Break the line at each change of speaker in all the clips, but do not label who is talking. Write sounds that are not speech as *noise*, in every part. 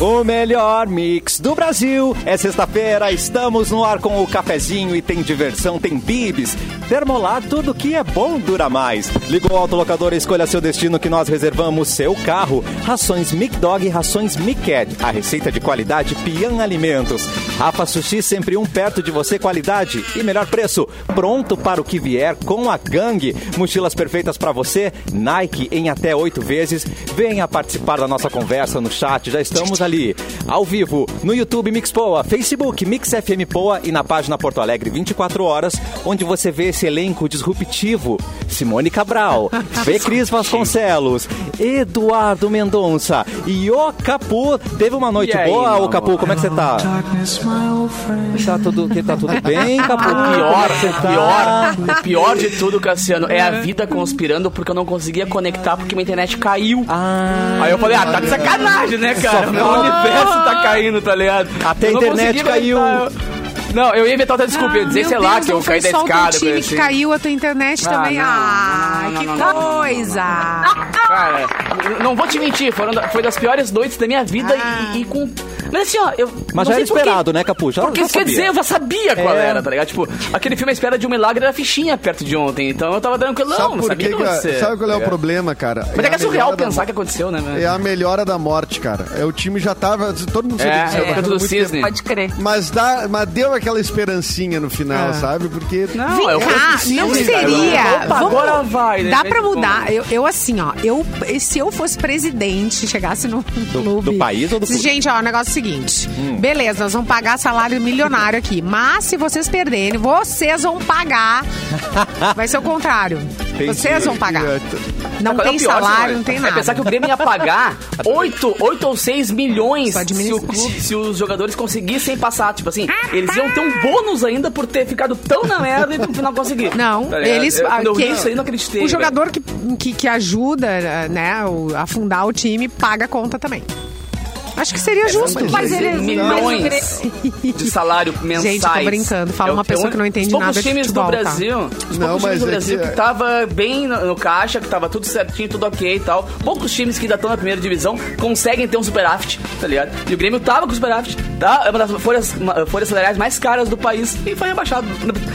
O melhor mix do Brasil. É sexta-feira, estamos no ar com o cafezinho e tem diversão, tem bibis. Termolar, tudo que é bom dura mais. Liga o autolocador e escolha seu destino que nós reservamos seu carro. Rações Mic Dog e rações Mic Cat. A receita de qualidade Pian Alimentos. Rafa Sushi, sempre um perto de você, qualidade e melhor preço. Pronto para o que vier com a gangue. Mochilas perfeitas para você, Nike em até oito vezes. Venha participar da nossa conversa no chat, já estamos ali. Ao vivo, no YouTube Mix Poa, Facebook Mix FM Poa e na página Porto Alegre 24 horas, onde você vê esse elenco disruptivo. Simone
*laughs*
Cabral, Fê Cris Vasconcelos, Eduardo Mendonça e o Capu. Teve uma noite
E aí,
boa,
meu
ô Capu,
amor?
como é que você tá? Tá tudo, que tá tudo bem, Capu? Como
Pior,
é que você tá?
pior, o pior de tudo, Cassiano, é a vida conspirando porque eu não conseguia conectar porque minha internet caiu.
Ah,
Aí eu falei, ah, tá de sacanagem, né, cara?
Só
Meu
fala-
universo tá caindo, tá ligado?
Até a
Eu não
internet
consegui
caiu.
conectar. Não, eu ia inventar outra desculpa, eu ia dizer,
Ah, Meu
sei lá,
Deus,
que eu
não foi
caí da
só o teu
escada.
time
coisa
que
assim.
caiu, a tua internet
Ah,
também.
não,
ah,
não, não,
que
não, não, não,
coisa!
Ah,
Cara, Ah, é. n- não vou te mentir, foram da- foi das piores noites da minha vida
Ah.
e, e com. Mas assim, ó, eu.
Mas
não
já
sei
era
por quê.
esperado, né, Capu? Já,
Porque
já
isso quer
sabia.
dizer, eu já sabia qual
É.
era, tá ligado? Tipo, aquele filme à espera de um milagre era fichinha perto de ontem, então eu tava tranquilão,
sabe
não
por
sabia
quê,
que ia
cara?
acontecer.
Sabe qual é
tá
o
ligado?
problema, cara?
Mas é que é
a
surreal
melhora da
pensar
mo-
que aconteceu, né? velho?
É a melhora da morte, cara. É, o time já tava. Todo mundo sabia
É,
disso
é,
agora,
canto
há
do
muito
cisne.
tempo.
Pode crer.
Mas, dá, mas deu aquela esperancinha no final, sabe? Porque.
É. Não, é o
cá, não seria.
Opa,
Vamos-
agora vai, né?
Dá
Vem
pra
com-
mudar. Eu, eu, assim, ó, eu, se eu fosse presidente, chegasse no clube.
do país ou do clube?
Gente, ó, o negócio é o seguinte.
Hum.
Beleza, nós vamos pagar salário milionário aqui. Mas se vocês perderem, vocês vão pagar. Vai ser o contrário. Vocês vão pagar. Não
Sabe qual é o
tem
pior,
salário,
senhor?
não tem
É pensar que
nada.
o Grêmio ia
*laughs*
pagar 8, ou 6 milhões se,
Só administra-
o clube- se os jogadores conseguissem passar. Tipo assim, eles iam ter um bônus ainda por ter ficado tão na merda e no final conseguir.
Não,
Tá ligado?
eles.
Eu, quando eu
quem-
vi isso aí, não acreditei.
O
velho.
jogador que, que, que ajuda né, o- a fundar o time paga a conta também. Acho que
É,
seria justo.
mas
Mas ele.
milhões. de salário mensais. É
Gente, tô brincando. Fala uma pessoa que não entende
poucos
nada de
times do
futebol, tá?
Brasil, os
Não,
poucos
mas
times do
é
Brasil
que-
que tava bem no, no caixa, que tava tudo certinho, tudo ok e tal. Poucos times que ainda estão na primeira divisão conseguem ter um superávit, tá ligado? E o Grêmio tava com superávit, tá? É uma das folhas, uma- folhas salariais mais caras do país e foi rebaixado.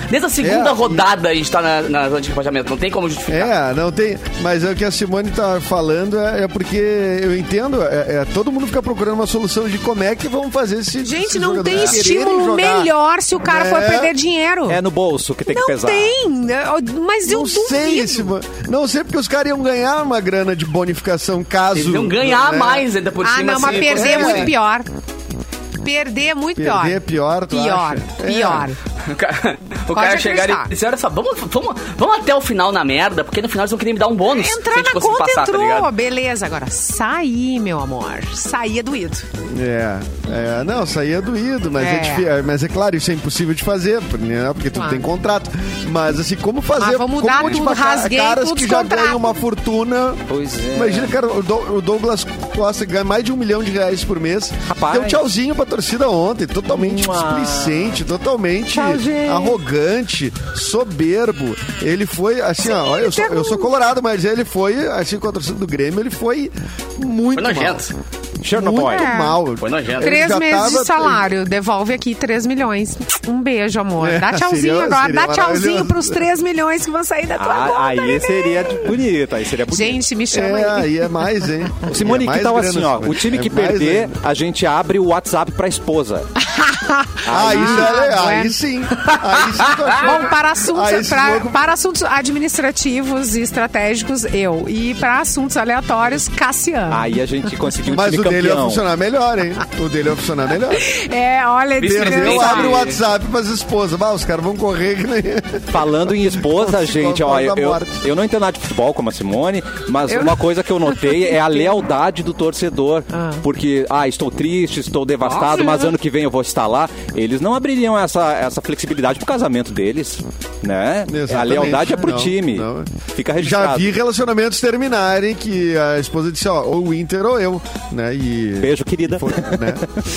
Desde a segunda
É, e-
rodada a gente tá na, na zona de rebaixamento, não tem como justificar.
É, não tem. Mas é o que a Simone tá falando é, é porque eu entendo, é, é, todo mundo fica procurando uma solução de como é que vamos fazer esse.
Gente, não tem estímulo melhor se o cara for
É.
perder dinheiro.
É no bolso que tem
não
que pesar.
tem. né, Mas eu
não
duvido.
sei, Simone. Não sei porque os caras iam ganhar uma grana de bonificação caso.
Eles iam ganhar
né?
mais ainda por
ah,
cima.
não, mas
assim,
perder é
consegue.
muito pior. Perder é muito pior.
Perder é pior, tu
Pior,
acha? É.
pior.
O cara, o cara
Pode
chegar
acreditar.
e dizer, olha só, vamos, vamos, vamos até o final na merda, porque no final eles vão querer me dar um bônus. se a
Entrar
gente
na
conseguir
conta
passar, tá
entrou,
ligado?
beleza. Agora, sair, meu amor. Sair é doído.
É, é, não, isso aí é doído, mas é.
É.
difi- é, mas é claro, isso é impossível de fazer, né? Porque tu
Claro.
tem contrato. Mas assim, como fazer?
Mas vamos mudar
como
tudo,
modificar
rasguei
caras
todos
que
os
já
contratos.
ganham uma fortuna.
Pois é.
Imagina, cara, o, Dou- o Douglas Costa ganha mais de um milhão de reais por mês.
Rapaz.
Deu um tchauzinho pra torcida ontem, totalmente
Mua.
displicente, totalmente arrogante, soberbo. Ele foi, assim, ó, eu sou, eu sou colorado, mas ele foi, assim, com a torcida do Grêmio, ele foi muito
Foi
mal.
nojento.
Chernobyl.
Muito
é.
mal.
Foi nojento.
Ele
Três
já
meses
tava-
de salário. Devolve aqui 3 milhões. Um beijo, amor.
É,
Dá tchauzinho
seria-
agora.
seria
Dá tchauzinho
maravilhoso.
pros 3 milhões que vão sair da tua conta.
Ah, aí
né?
neném.
seria bonito, aí seria bonito.
Gente, me chama
É,
aí.
aí é mais, hein?
Simone,
é
que
mais
tal
grana,
assim, ó?
Simone.
O time
É
que
mais
perder,
ainda.
a gente abre o WhatsApp pra
*laughs*
esposa.
Ah, isso é legal.
Ah,
Aí
bueno.
sim. Aí sim. tu achou.
Bom, para assuntos,
Ah, esse
pra-
louco-
para assuntos administrativos e estratégicos, eu. E para assuntos aleatórios, Cassiano.
Aí a gente conseguiu um
Mas
time
o dele é vai
campeão.
funcionar melhor, hein? O dele vai funcionar melhor.
É, olha,
Perdeu,
Perdeu,
Sim.
desgraçado.
abre o WhatsApp pras esposas. Bah, os caras vão correr que nem...
Falando em esposa,
Nossa,
gente,
igual
ó,
a
eu,
da
eu,
morte.
eu não entendo nada de futebol como a Simone, mas uma coisa que eu notei é a lealdade do torcedor. Porque, ah, estou triste, estou devastado, mas ano que vem eu vou estar lá, lá, eles não abririam essa, essa flexibilidade pro casamento deles, né?
Exatamente.
A lealdade é pro
Não,
time.
não.
Fica registrado.
Já vi relacionamentos terminarem que a esposa disse, ó, ou o Inter ou eu, né? E...
Beijo, querida.
Foi, né?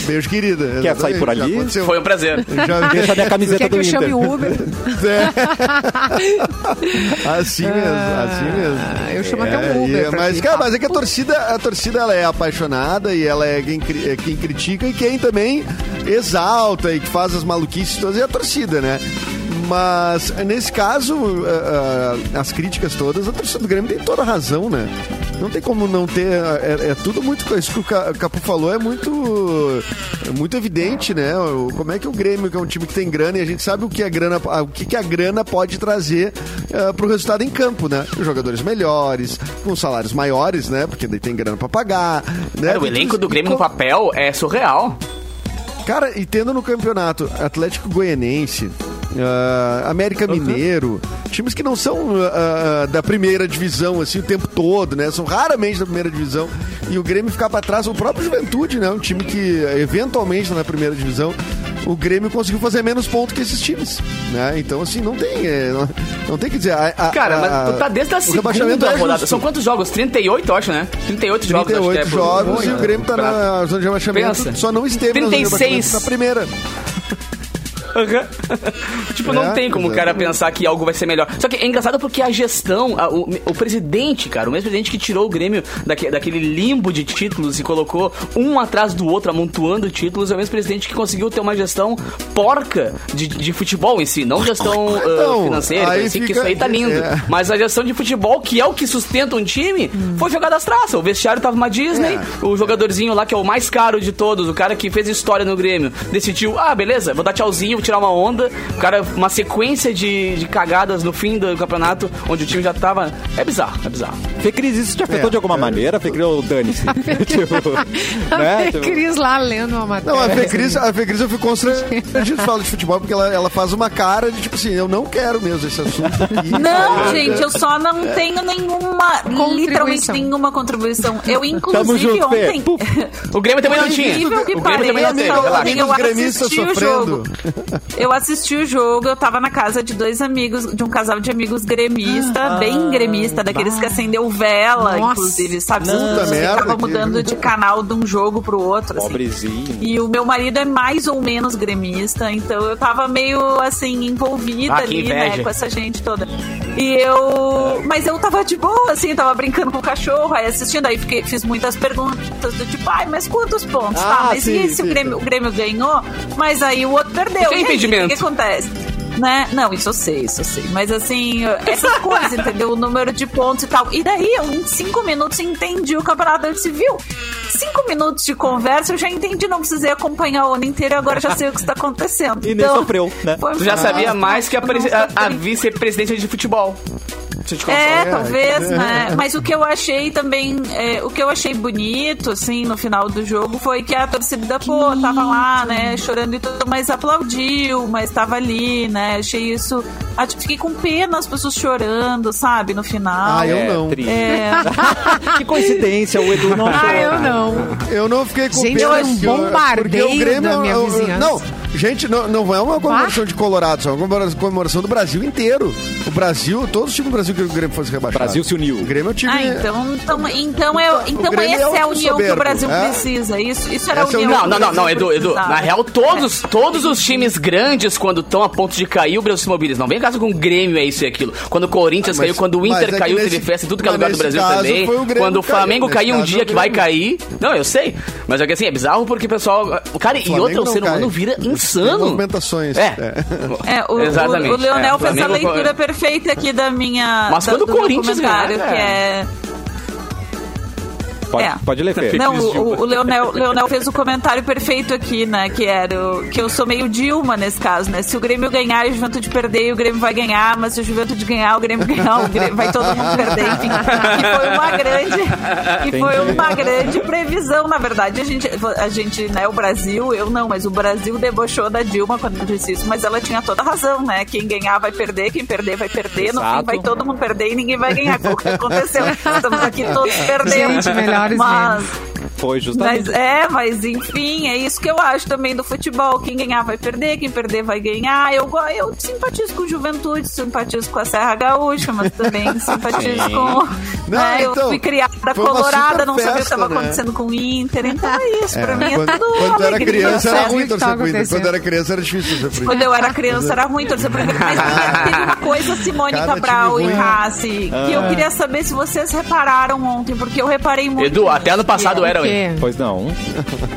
Beijo, querida.
Quer sair por ali?
Exatamente, já aconteceu.
Foi um prazer.
Já vi.
*laughs* Deixa a minha camiseta
Quer que
do
eu chame
Inter.
o
*laughs*
Uber?
É. assim mesmo, assim mesmo.
Ah, eu chamo até um
É,
Uber
e-
pra
mas,
aqui.
cara, mas é que a torcida, a torcida ela é apaixonada e ela é quem, cri- é quem critica e quem também exalta e que faz as maluquices todas é a torcida, né? Mas nesse caso, ah, ah, as críticas todas, a torcida do Grêmio tem toda a razão, né? Não tem como não ter. É, é tudo muito. Isso que o Ca- Capu falou é muito. É muito evidente, né? O- Como é que o Grêmio, que é um time que tem grana, e a gente sabe o que a grana, o que que a grana pode trazer para pro resultado em campo, né? Jogadores melhores, com salários maiores, né? Porque daí tem grana pra pagar. Né?
Cara, o elenco do Grêmio no papel é surreal.
Cara, e tendo no campeonato Atlético Goianense, ah, América Mineiro, times que não são ah, ah, da primeira divisão assim o tempo todo, né? São raramente da primeira divisão. E o Grêmio ficar pra trás, o próprio Juventude, né? Um time que eventualmente tá na primeira divisão. O Grêmio conseguiu fazer menos pontos que esses times, né? Então, assim, não tem... é, não, não tem que dizer... a- a-
Cara,
a-
mas tu tá desde a
Ah, o rebaixamento
segunda
é
rodada.
justo.
São quantos jogos? 38, eu acho, né? 38 jogos, acho que é.
38
por-
jogos e o
por-
Grêmio tá na zona de rebaixamento.
Pensa.
Só não esteve na zona de
36.
rebaixamento na primeira.
Aham. *laughs* tipo,
É,
não tem como o cara
exatamente.
pensar que algo vai ser melhor. Só que é engraçado porque a gestão, a- o, o presidente, cara, o mesmo presidente que tirou o Grêmio daque- daquele limbo de títulos e colocou um atrás do outro, amontoando títulos, é o mesmo presidente que conseguiu ter uma gestão porca de, de futebol em si, não gestão ah,
Não,
financeira,
aí
coisa assim, que
fica-
isso aí tá lindo.
é.
Mas a gestão de futebol, que é o que sustenta um time, foi jogada às traças. O vestiário tava uma Disney, o jogadorzinho lá, que é o mais caro de todos, o cara que fez história no Grêmio, decidiu, ah, beleza, vou dar tchauzinho, vou tirar uma onda. O cara, uma sequência de, de cagadas no fim do campeonato, onde o time já tava. É bizarro, é bizarro.
Fê Cris, isso te afetou
É,
de alguma
é.
maneira? Fê Cris, ou dane-se. *laughs* tipo,
A
né?
Fê *laughs* Cris lá lendo uma matéria.
Não, a Fê Cris, a Fê Cris eu fico constrangido. A gente fala de futebol porque ela, ela faz uma cara de tipo assim, eu não quero mesmo esse assunto. aqui. É.
Não, gente, eu só não tenho nenhuma, literalmente
Contribuição.
nenhuma contribuição. Eu,
Tamo
inclusive,
junto, Fê.
ontem.
Puf.
O Grêmio também não
Por
tinha.
incrível que
O Grêmio também
é
não
pareça,
teve,
eu
relaxa.
também- eu
gremistas
assisti o
sofrendo.
jogo. Eu assisti o jogo, eu tava na casa de dois amigos, de um casal de amigos gremista, bem gremista, daqueles que acendeu vela,
Ah, Nossa.
inclusive, sabe?
Puta
que
merda,
tava
que-
mudando de canal de um jogo pro outro, assim.
Pobrezinho.
E o meu marido é mais ou menos gremista, então eu tava meio assim, envolvida
Ah, que
ali,
inveja.
né, com essa gente toda. E eu. Mas eu tava de boa, assim, tava brincando com o cachorro, aí assistindo, aí fiquei, fiz muitas perguntas do tipo, ai, mas quantos pontos?
Ah,
tá, mas
sim,
e se
sim.
o Grêmio, o Grêmio ganhou? Mas aí o outro perdeu.
Sem é
E aí,
impedimento.
O que que acontece? Né? Não, isso eu sei, isso eu sei. Mas assim,
*laughs*
essas coisas, entendeu? O número de pontos e tal. E daí, eu em cinco minutos entendi o campeonato civil. Cinco minutos de conversa, eu já entendi, não precisei acompanhar o ano inteiro, agora já sei o que está
*laughs*
acontecendo. Então,
E nem sofreu, né?
foi
Tu já
um-
sabia mais que a, presi-
Não
a- a
sofri.
vice-presidente de futebol. Isso te consola.
É, talvez, né? Mas o que eu achei também, é, o que eu achei bonito, assim, no final do jogo, foi que a torcida, pô, tava lá, né, chorando e tudo, mas aplaudiu, mas tava ali, né? Achei isso. Ah, tipo, Fiquei com pena as pessoas chorando, sabe, no final.
Ah, eu não.
triste.
É,
Que coincidência, o Edu não
*laughs* Ah,
chorou.
eu não.
Eu não fiquei com
Gente,
pena
eu um
porque
bombardeio
porque
da minha
eu- eu-
vizinhança.
um- Não, gente, não, não é uma comemoração de Colorado, só é uma comemora- comemoração do Brasil inteiro. O Brasil, todos os times do Brasil que o Grêmio fosse rebaixado.
Brasil se uniu.
O Grêmio é o time...
ah, então, então, então, é, então
Grêmio é
essa
o
é a união que
soberbo,
o Brasil
é?
precisa. Isso, isso era
Essa é
a
a
união.
Não,
que
não,
o
não, não,
Brasil
Edu, Edu.
precisava.
Na real, todos, todos os times grandes, quando estão a ponto de cair, o Brasil se mobiliza. Não vem caso com o Grêmio, é isso e aquilo. Quando o Corinthians
Ah, mas-
caiu, quando o
mas
Inter
é que
caiu,
nesse-
teve festa em tudo que é
mas
lugar do
nesse
Brasil
caso
também.
foi o Grêmio
Quando o
que caiu,
Flamengo
nesse
caiu um
caso é
dia
o
que vai cair.
Grêmio.
Não, eu sei. Mas é que assim, é bizarro porque o pessoal. Cara, e
Flamengo
outro o
não
ser
cai.
humano vira
Tem
insano.
movimentações.
É.
É, o,
Exatamente.
o, o Leonel
É,
fez a
Flamengo-
leitura perfeita aqui da minha.
Mas
da,
quando
do
o Corinthians
meu comentário,
ganhar,
que
é.
é.
Pode,
É.
pode ler, Fê.
Não, o, o Leonel, Leonel fez o comentário perfeito aqui, né? Que era o, que eu sou meio Dilma nesse caso, né? Se o Grêmio ganhar e o Juventude perder, o Grêmio vai ganhar, mas se o Juventude ganhar, o Grêmio ganhar, o Grêmio, vai todo mundo perder, enfim. Que foi uma grande, que foi uma grande previsão, na verdade. A gente, a gente, né, o Brasil, eu não, mas o Brasil debochou da Dilma quando disse isso, mas ela tinha toda a razão, né? Quem ganhar vai perder, quem perder vai perder, no
Exato.
fim vai todo mundo perder e ninguém vai ganhar. Foi o que aconteceu. Estamos aqui todos perdendo.
Gente, melhores
mas,
Foi justamente.
Mas, é, mas enfim, é isso que eu acho também do futebol. Quem ganhar vai perder, quem perder vai ganhar. Eu, go- eu simpatizo com juventude, simpatizo com a Serra Gaúcha,
*laughs*
mas também simpatizo
Sim.
com.
Não,
né,
então,
eu fui criada
foi uma
colorada,
super
não sabia o que
festa,
estava
né?
acontecendo com o Inter. Então é isso, pra mim é
quando,
tudo.
quando tu era
alegria,
criança
sabe?
era
sabe o
ruim
que
torcer
tá
pro Inter. Quando
acontecendo.
era criança era difícil torcer pro
Quando
Inter.
eu era criança, era ruim torcer pro Inter.
*laughs*
Mas teve uma coisa, Simone
Cada
Cabral
time
e
ruim. Ah.
Rassi, que eu queria saber se vocês repararam ontem, porque eu reparei muito.
Edu, até ano
é
passado era.
Por
hein?
quê?
Pois não. é.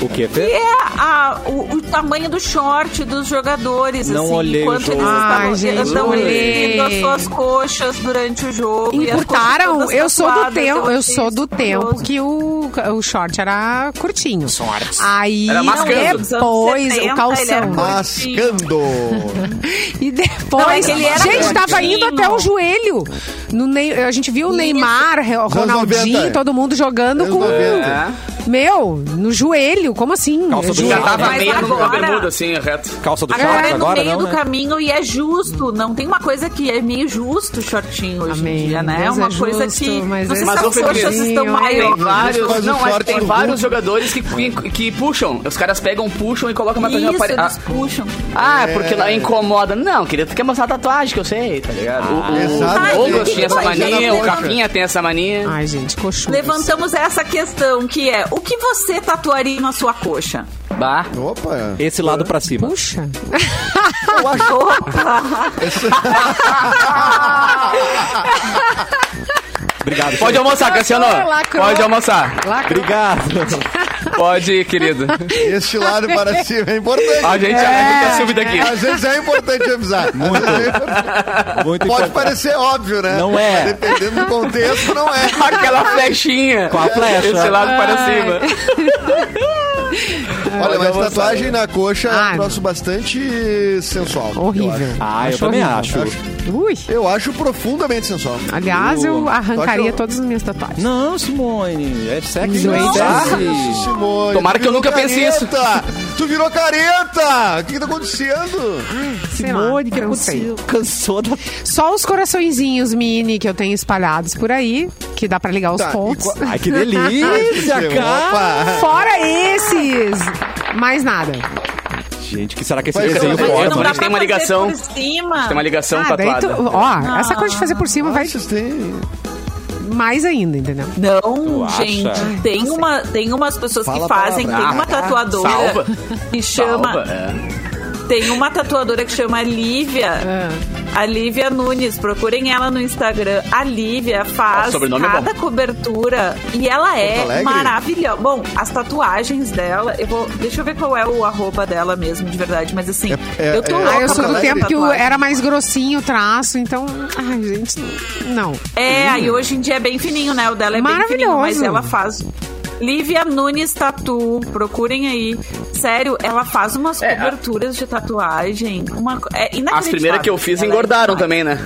O que,
E
Fê?
é a- o, o tamanho do short dos jogadores,
Não
assim,
olhei o
quanto
jogo.
eles
Ai,
estavam
gente,
estão
olhei.
exibindo as suas coxas durante o jogo. e as coxas
Encurtaram?
todas
Eu sou do
tatuadas, então, assim,
tempo, eu
achei
sou do
isso
tempo
maravilhoso.
que o, o short era curtinho.
Shorts.
Aí
Era mascando.
depois
é Dos anos 70, ele
o
era
calção.
curto.
Mascando!
E depois.
Não, é que ele era
gente, tava
curtinho.
indo até o joelho. No Ney- a gente viu o Neymar, o Ronaldinho,
90.
todo mundo jogando
Anos
com.
90.
É.
Meu, no joelho, como assim?
Calça do
joelho.
Já tava
Mas
meio
agora-
na bermuda, assim, reto.
Calça do
Agora
shorts
é no
agora,
meio
não,
do
né?
caminho e é justo. Não tem uma coisa que é meio justo o shortinho hoje
Amém.
em dia, né? É
Deus
uma
é
coisa
justo,
que.
mas
não sei
é
se
Mas, ô,
as coxas
Febrinho,
estão
Tem
maiores.
vários,
Faz um
não, mas
short
tem
no
vários jogadores que, que, que puxam. Os caras pegam, puxam e colocam uma
Isso,
coisa na parede.
eles
Ah,
puxam.
Ah, porque lá incomoda. Não, querido, tu quer mostrar a tatuagem que eu sei, tá ligado? O-
exato.
o Douglas tinha essa
Mas já
mania, o
levanta.
Capinha tem essa mania.
Ai, gente, coxuda.
Levantamos essa questão que é: o que você tatuaria na sua coxa?
Bah.
*laughs* Opa!
Esse lado pra cima.
Puxa.
Eu acho
Obrigado. Fê.
Pode almoçar, Cassiano.
Lacrou.
Pode almoçar.
Lacra.
Obrigado.
Pode, querido.
este lado para
*laughs*
cima é importante.
A gente é, muita súbita aqui.
Às vezes é importante avisar. Às vezes é importante.
Muito
Pode
importante.
parecer óbvio, né?
Não é.
Mas Dependendo do contexto, não é.
Aquela flechinha.
Com a flecha.
Esse lado para
Ai.
cima.
Olha,
Pode
mas
almoçar,
tatuagem na coxa é
Ah,
um troço bastante sensual. eu
Horrível.
acho.
Ah, eu
Acho
também
horrível.
acho.
Ui.
Eu acho profundamente sensual.
Aliás, eu
Só que
arrancaria
eu-
todas as minhas tatuagens.
Não, Simone. É sexy.
Não.
Isso,
sexy.
Simone.
Tomara
Tu
que eu
virou
nunca pense isso.
careta! Tu virou careta! O que, que tá acontecendo?
Sei lá,
Simone, o que
não sei.
aconteceu? Cansou da...
Só os coraçõezinhos mini que eu tenho espalhados por aí, que dá pra ligar os
Tá, e
pontos.
qual-
Ai, que delícia, cara.
Opa!
*laughs* Fora esses! Mais nada.
Gente, que será que é, esse
Mas
desenho
eu- mas
Mas
forma,
não
forma?
dá
a gente
pra
tem uma
fazer
ligação.
Por cima.
Tem uma ligação
Ah, daí tu,
tatuada.
ó, essa coisa de fazer por cima vai
Vocês têm...
mais ainda, entendeu?
Não,
acha?
gente. Tem, uma, tem umas pessoas
Fala a
que fazem.
palavra.
Tem uma tatuadora
Ah, Salva.
que chama.
Salva, é.
Tem uma tatuadora que chama Lívia.
É.
A Lívia Nunes, procurem ela no Instagram. A Lívia
Ó, o
faz
sobrenome é
cada cobertura e ela
Porto
é
Alegre?
maravilhosa. Bom, as tatuagens dela, eu vou. Deixa eu ver qual é o arroba dela mesmo, de verdade. Mas assim,
É- é-
eu tô
é-
louca
Ah, eu sou
pra
do
fazer
tempo que o-
tatuagem.
era mais grossinho o traço, então. Ai, gente, não.
É, aí hoje em dia é bem fininho, né? O dela é bem
Maravilhoso.
fininho, mas ela faz. Lívia Nunes Tatu, procurem aí. Sério, ela faz umas
É, a-
coberturas de tatuagem. Uma, co- é inacreditável.
As primeiras que eu fiz
Ela é
engordaram
demais.
também, né?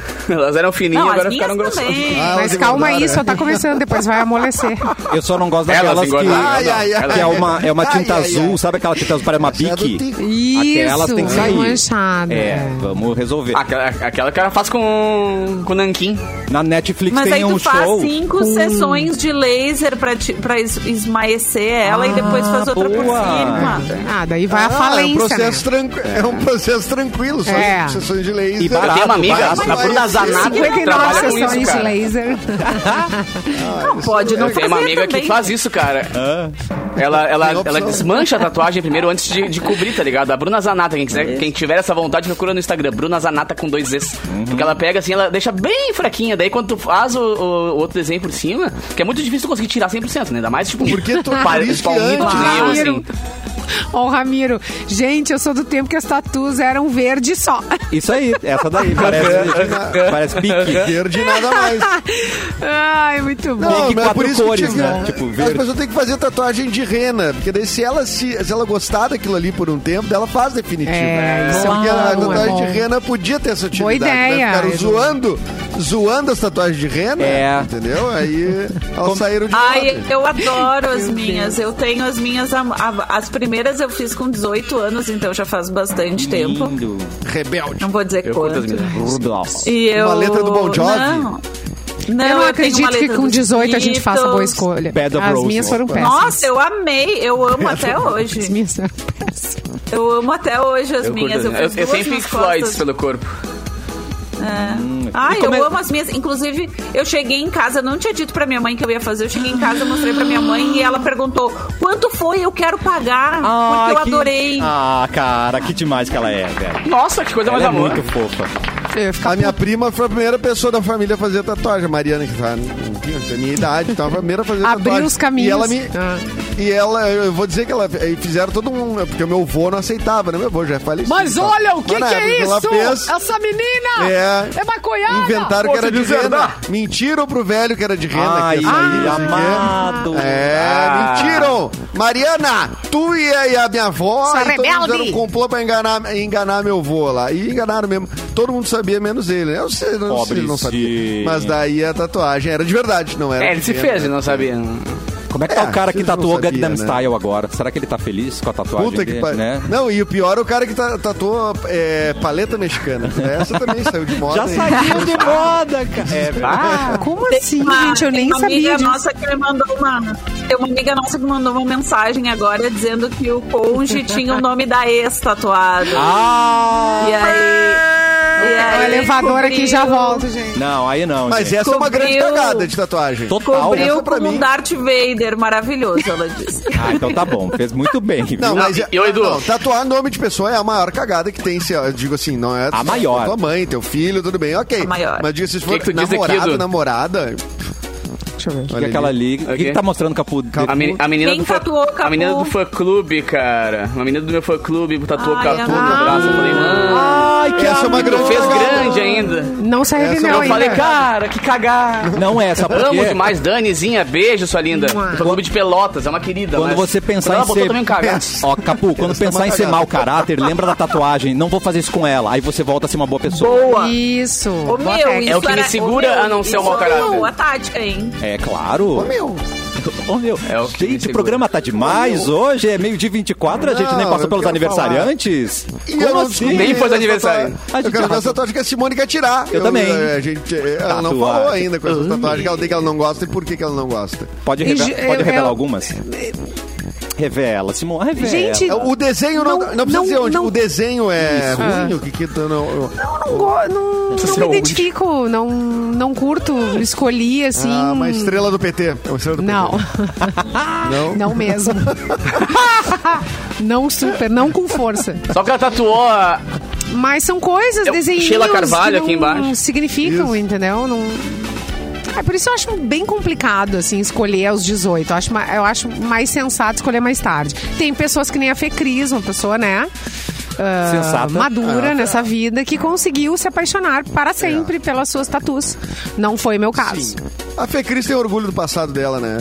*laughs* Elas eram fininhas,
Não,
agora
as minhas
ficaram grossas.
também.
Ah,
Mas
elas
calma aí,
engordaram.
só tá começando, depois vai amolecer.
Eu só não gosto
Elas
daquelas que...
engordaram.
Ai, ai, ai.
Que é uma, é uma tinta
Ai, ai,
azul,
ai.
sabe aquela tinta azul, parece uma
Essa é do
bique?
Tico.
Aquelas
Isso,
tem que
bem
sair.
manchada.
É, vamos resolver.
Aquela, aquela que ela faz com, com nanquim.
Na Netflix
Mas aí
tem
tu
um
faz
show.
cinco sessões de laser pra, ti, pra es- esmaecer ela e depois faz outra por
boa.
cima.
tá.
Ah, daí vai a
Ah, é um
falência. né?
processo tranqui- É um processo tranquilo, só
É.
é. sessões de laser.
E barato,
Eu tenho uma amiga,
barato,
na Bruna
barato.
Zanata, que
59
trabalha com
sessões
isso,
de
cara.
laser.
Não pode não
Eu tenho uma
fazer
amiga
também.
que faz isso, cara. Ela, ela,
Ah. Tem opção.
ela desmancha a tatuagem primeiro antes de, de cobrir, tá ligado? A Bruna Zanata, quem, quiser, quem tiver essa vontade, procura no Instagram. Bruna Zanata com dois Zs.
Uhum.
Porque ela pega assim, ela deixa bem fraquinha. Daí quando tu faz o, o- o outro desenho por cima, que é muito difícil tu conseguir tirar 100%, né? Ainda mais tipo
Porque tu- por isso que
palmito
antes- né?
que nem eu, assim.
Ó, o Ramiro. Gente, eu sou do tempo que as tatus eram verde só. *laughs*
Isso aí, essa daí, parece,
*laughs*
parece pique.
Verde e nada
*laughs*
mais.
Ai, muito bom.
Tem que
mas é
quatro cores,
tinha-
né? Tipo, verde.
As pessoas têm que fazer tatuagem de rena, porque daí se ela, se, se ela gostar daquilo ali por um tempo, daí ela faz definitivo.
É, isso é
porque a
bom, é
tatuagem
bom.
de rena podia ter essa utilidade.
ideia,
Né? Ficaram
Edu.
zoando, zoando as tatuagens de rena,
É.
entendeu? Aí elas saíram de
Ai,
moda.
eu adoro as minhas. Eu tenho as minhas. am- a- As primeiras eu fiz com 18 anos, então já faz bastante tempo.
Lindo.
Rebelde.
Não vou dizer
Eu curto as
quanto.
minhas.
Rudolph.
E eu...
Uma letra do Bon Jovi?
Não. Não,
eu não
tenho uma
acredito que
letra
com
dos
18 a gente faça boa
Beatles.
escolha.
Bad of
As
Roses.
minhas foram péssimas.
Nossa, eu amei. Eu amo até
As
hoje.
minhas foram péssimas.
Eu amo até hoje as minhas.
curto-
Eu, fiz
eu
duas
tenho Pink
nas
Floyds
costas.
pelo corpo.
Ah,
E como é-
eu amo as minhas. Inclusive, eu cheguei em casa, não tinha dito pra minha mãe que eu ia fazer. Eu cheguei em casa, mostrei pra minha mãe e ela perguntou: quanto foi? Eu quero pagar.
Ai,
porque eu
que-
adorei.
Ah, cara, que demais que ela é, velho.
Nossa, que coisa
Ela
mais
é
amor.
muito fofa.
Eu ia ficar
A minha prima foi a primeira pessoa da família a fazer tatuagem. A Mariana, que tá, enfim, tem minha idade, então, foi a primeira a fazer
Abriu
tatuagem.
os caminhos.
E ela me...
Ah.
E ela, eu vou dizer que ela e fizeram todo um, né, porque o meu avô não aceitava, né? Meu avô já é falecido.
Mas
tá?
olha o que,
Mas na
que é
época ela
isso?
fez-
Essa menina
É.
é, maconhada.
Inventaram que
Você
era de
dizia,
renda.
"Não."
Mentiram pro velho que era de renda.
Ai,
que é ia sair, não sei o quê.
amado.
É,
Ah.
mentiram! Mariana, tu e a, e a minha avó
Sua
e todo mundo
rebelde.
fizeram um complô pra enganar, enganar meu avô lá. E enganaram mesmo. Todo mundo sabia, menos ele. né? Eu sei, não, sei, ele não sabia.
Pobrezinho.
Mas daí a tatuagem era de verdade, não era?
É, ele se
pequena. né?
fez, ele não sabia.
Como é que tá
É,
o cara que
vocês não
tatuou
sabia,
Gangnam
né?
Style agora? Será que ele tá feliz com a tatuagem
Puta que
dele,
pariu.
né?
Não, e o pior é o cara que ta- tatuou é, paleta mexicana. Essa também saiu de moda.
Já
hein?
saiu de moda, cara. É,
Ah, como assim,
Uma-
gente? Eu
tem
nem
uma
sabia
amiga
disso.
nossa que me mandou uma. Tem uma amiga nossa que me mandou uma mensagem agora dizendo que o
*laughs*
Conge tinha o nome da ex tatuado.
Ah!
E aí. E aí
O elevador aqui já
cobriu-
volta, gente.
Não, aí não.
Mas é-
gente.
essa é uma grande
Cobriu-
cagada de tatuagem.
Tá,
total. né?
Essa
Cobriu
pra
como
mim.
um Darth Vader maravilhoso, ela disse.
*laughs*
Ah, então tá bom. Fez muito bem. viu?
Não, mas é-
e- e o Edu?
não, tatuar nome de pessoa é a maior cagada que tem. Se, eu digo assim, não é
A maior.
tua mãe, teu filho, tudo bem, ok.
A maior.
Mas diga se for
Que que tu diz
namorado,
aqui, Edu?
namorada.
Deixa eu ver.
E
Olha
é aquela
ali.
ali. O que, que tá mostrando capu?
Capu.
A, meni- a menina
Quem
do fã,
tatuou Capu?
A menina do fã clube, cara. A menina do meu fã clube tatuou
Ai, Ah,
Capu
amado.
no braço. Eu falei, mano.
Ai, que
Essa é uma grande
Fez
cagada.
grande ainda.
Não se arrependeu
Essa
Eu
ainda.
falei, cara,
*laughs*
que cagar.
Não é essa, porque...
Amo demais, Danizinha, beijo, sua linda.
Mua.
Do clube de pelotas, é uma querida.
Quando
mas-
você pensar
Quando ela
em
botou
ser.
também
*laughs*
um cagado.
Ó, Capu, quando
Essa é
pensar
uma
em ser
cagada.
mau caráter, lembra da tatuagem. Não vou fazer isso com ela. Aí você volta a ser uma boa pessoa.
Boa!
Isso.
Ô,
Boa
meu,
técnica.
É o que
isso
me
era-
segura
ô, meu,
a não ser o
isso
mau caráter.
é Boa tática, hein?
É claro.
Ô, meu.
Ô, meu.
É o que me
gente, o
segura.
programa tá demais hoje. É meio dia 24, a gente nem
Não,
passou
eu
pelos
quero
aniversariantes.
E eu
assim?
não descobri
Nem foi
essa
aniversário.
tatuagem.
A gente
Eu quero ver
arrasou.
essa tatuagem que a Simone quer tirar. é,
Eu também.
A gente, ela não
Tatuagem.
falou ainda com essa
Ai.
tatuagem que ela tem que ela não gosta e por que, que ela não gosta.
Pode,
E
revela-
é,
ju-
pode
eu-
revelar
eu-
algumas? Revela, Simone. Revela.
Gente,
É, O desenho
Não,
não. Não, precisa
não,
dizer onde.
não.
O desenho é
Isso.
ruim, o que que tu não.
não, go- não,
é
não
é
Seu
me
onde?
identifico, não, não curto, escolhi assim.
Ah, uma estrela do PT. É uma estrela do
Não, *laughs*
PT. Não.
não mesmo. não super, não com força.
Só que ela tatuou a.
Mas são coisas,
Eu-
desenhinhos
Sheila Carvalho
que não
aqui embaixo.
significam,
Isso.
entendeu? Não... Ah, por isso eu acho bem complicado, assim, escolher aos 18. Eu acho, ma- eu acho mais sensato escolher mais tarde. Tem pessoas que nem a Fê Cris, uma pessoa, né? ah,
Sensata.
Madura nessa vida, que conseguiu se apaixonar para sempre pelas suas tatus. Não foi meu caso.
Sim. A Fê Cris tem orgulho do passado dela, né?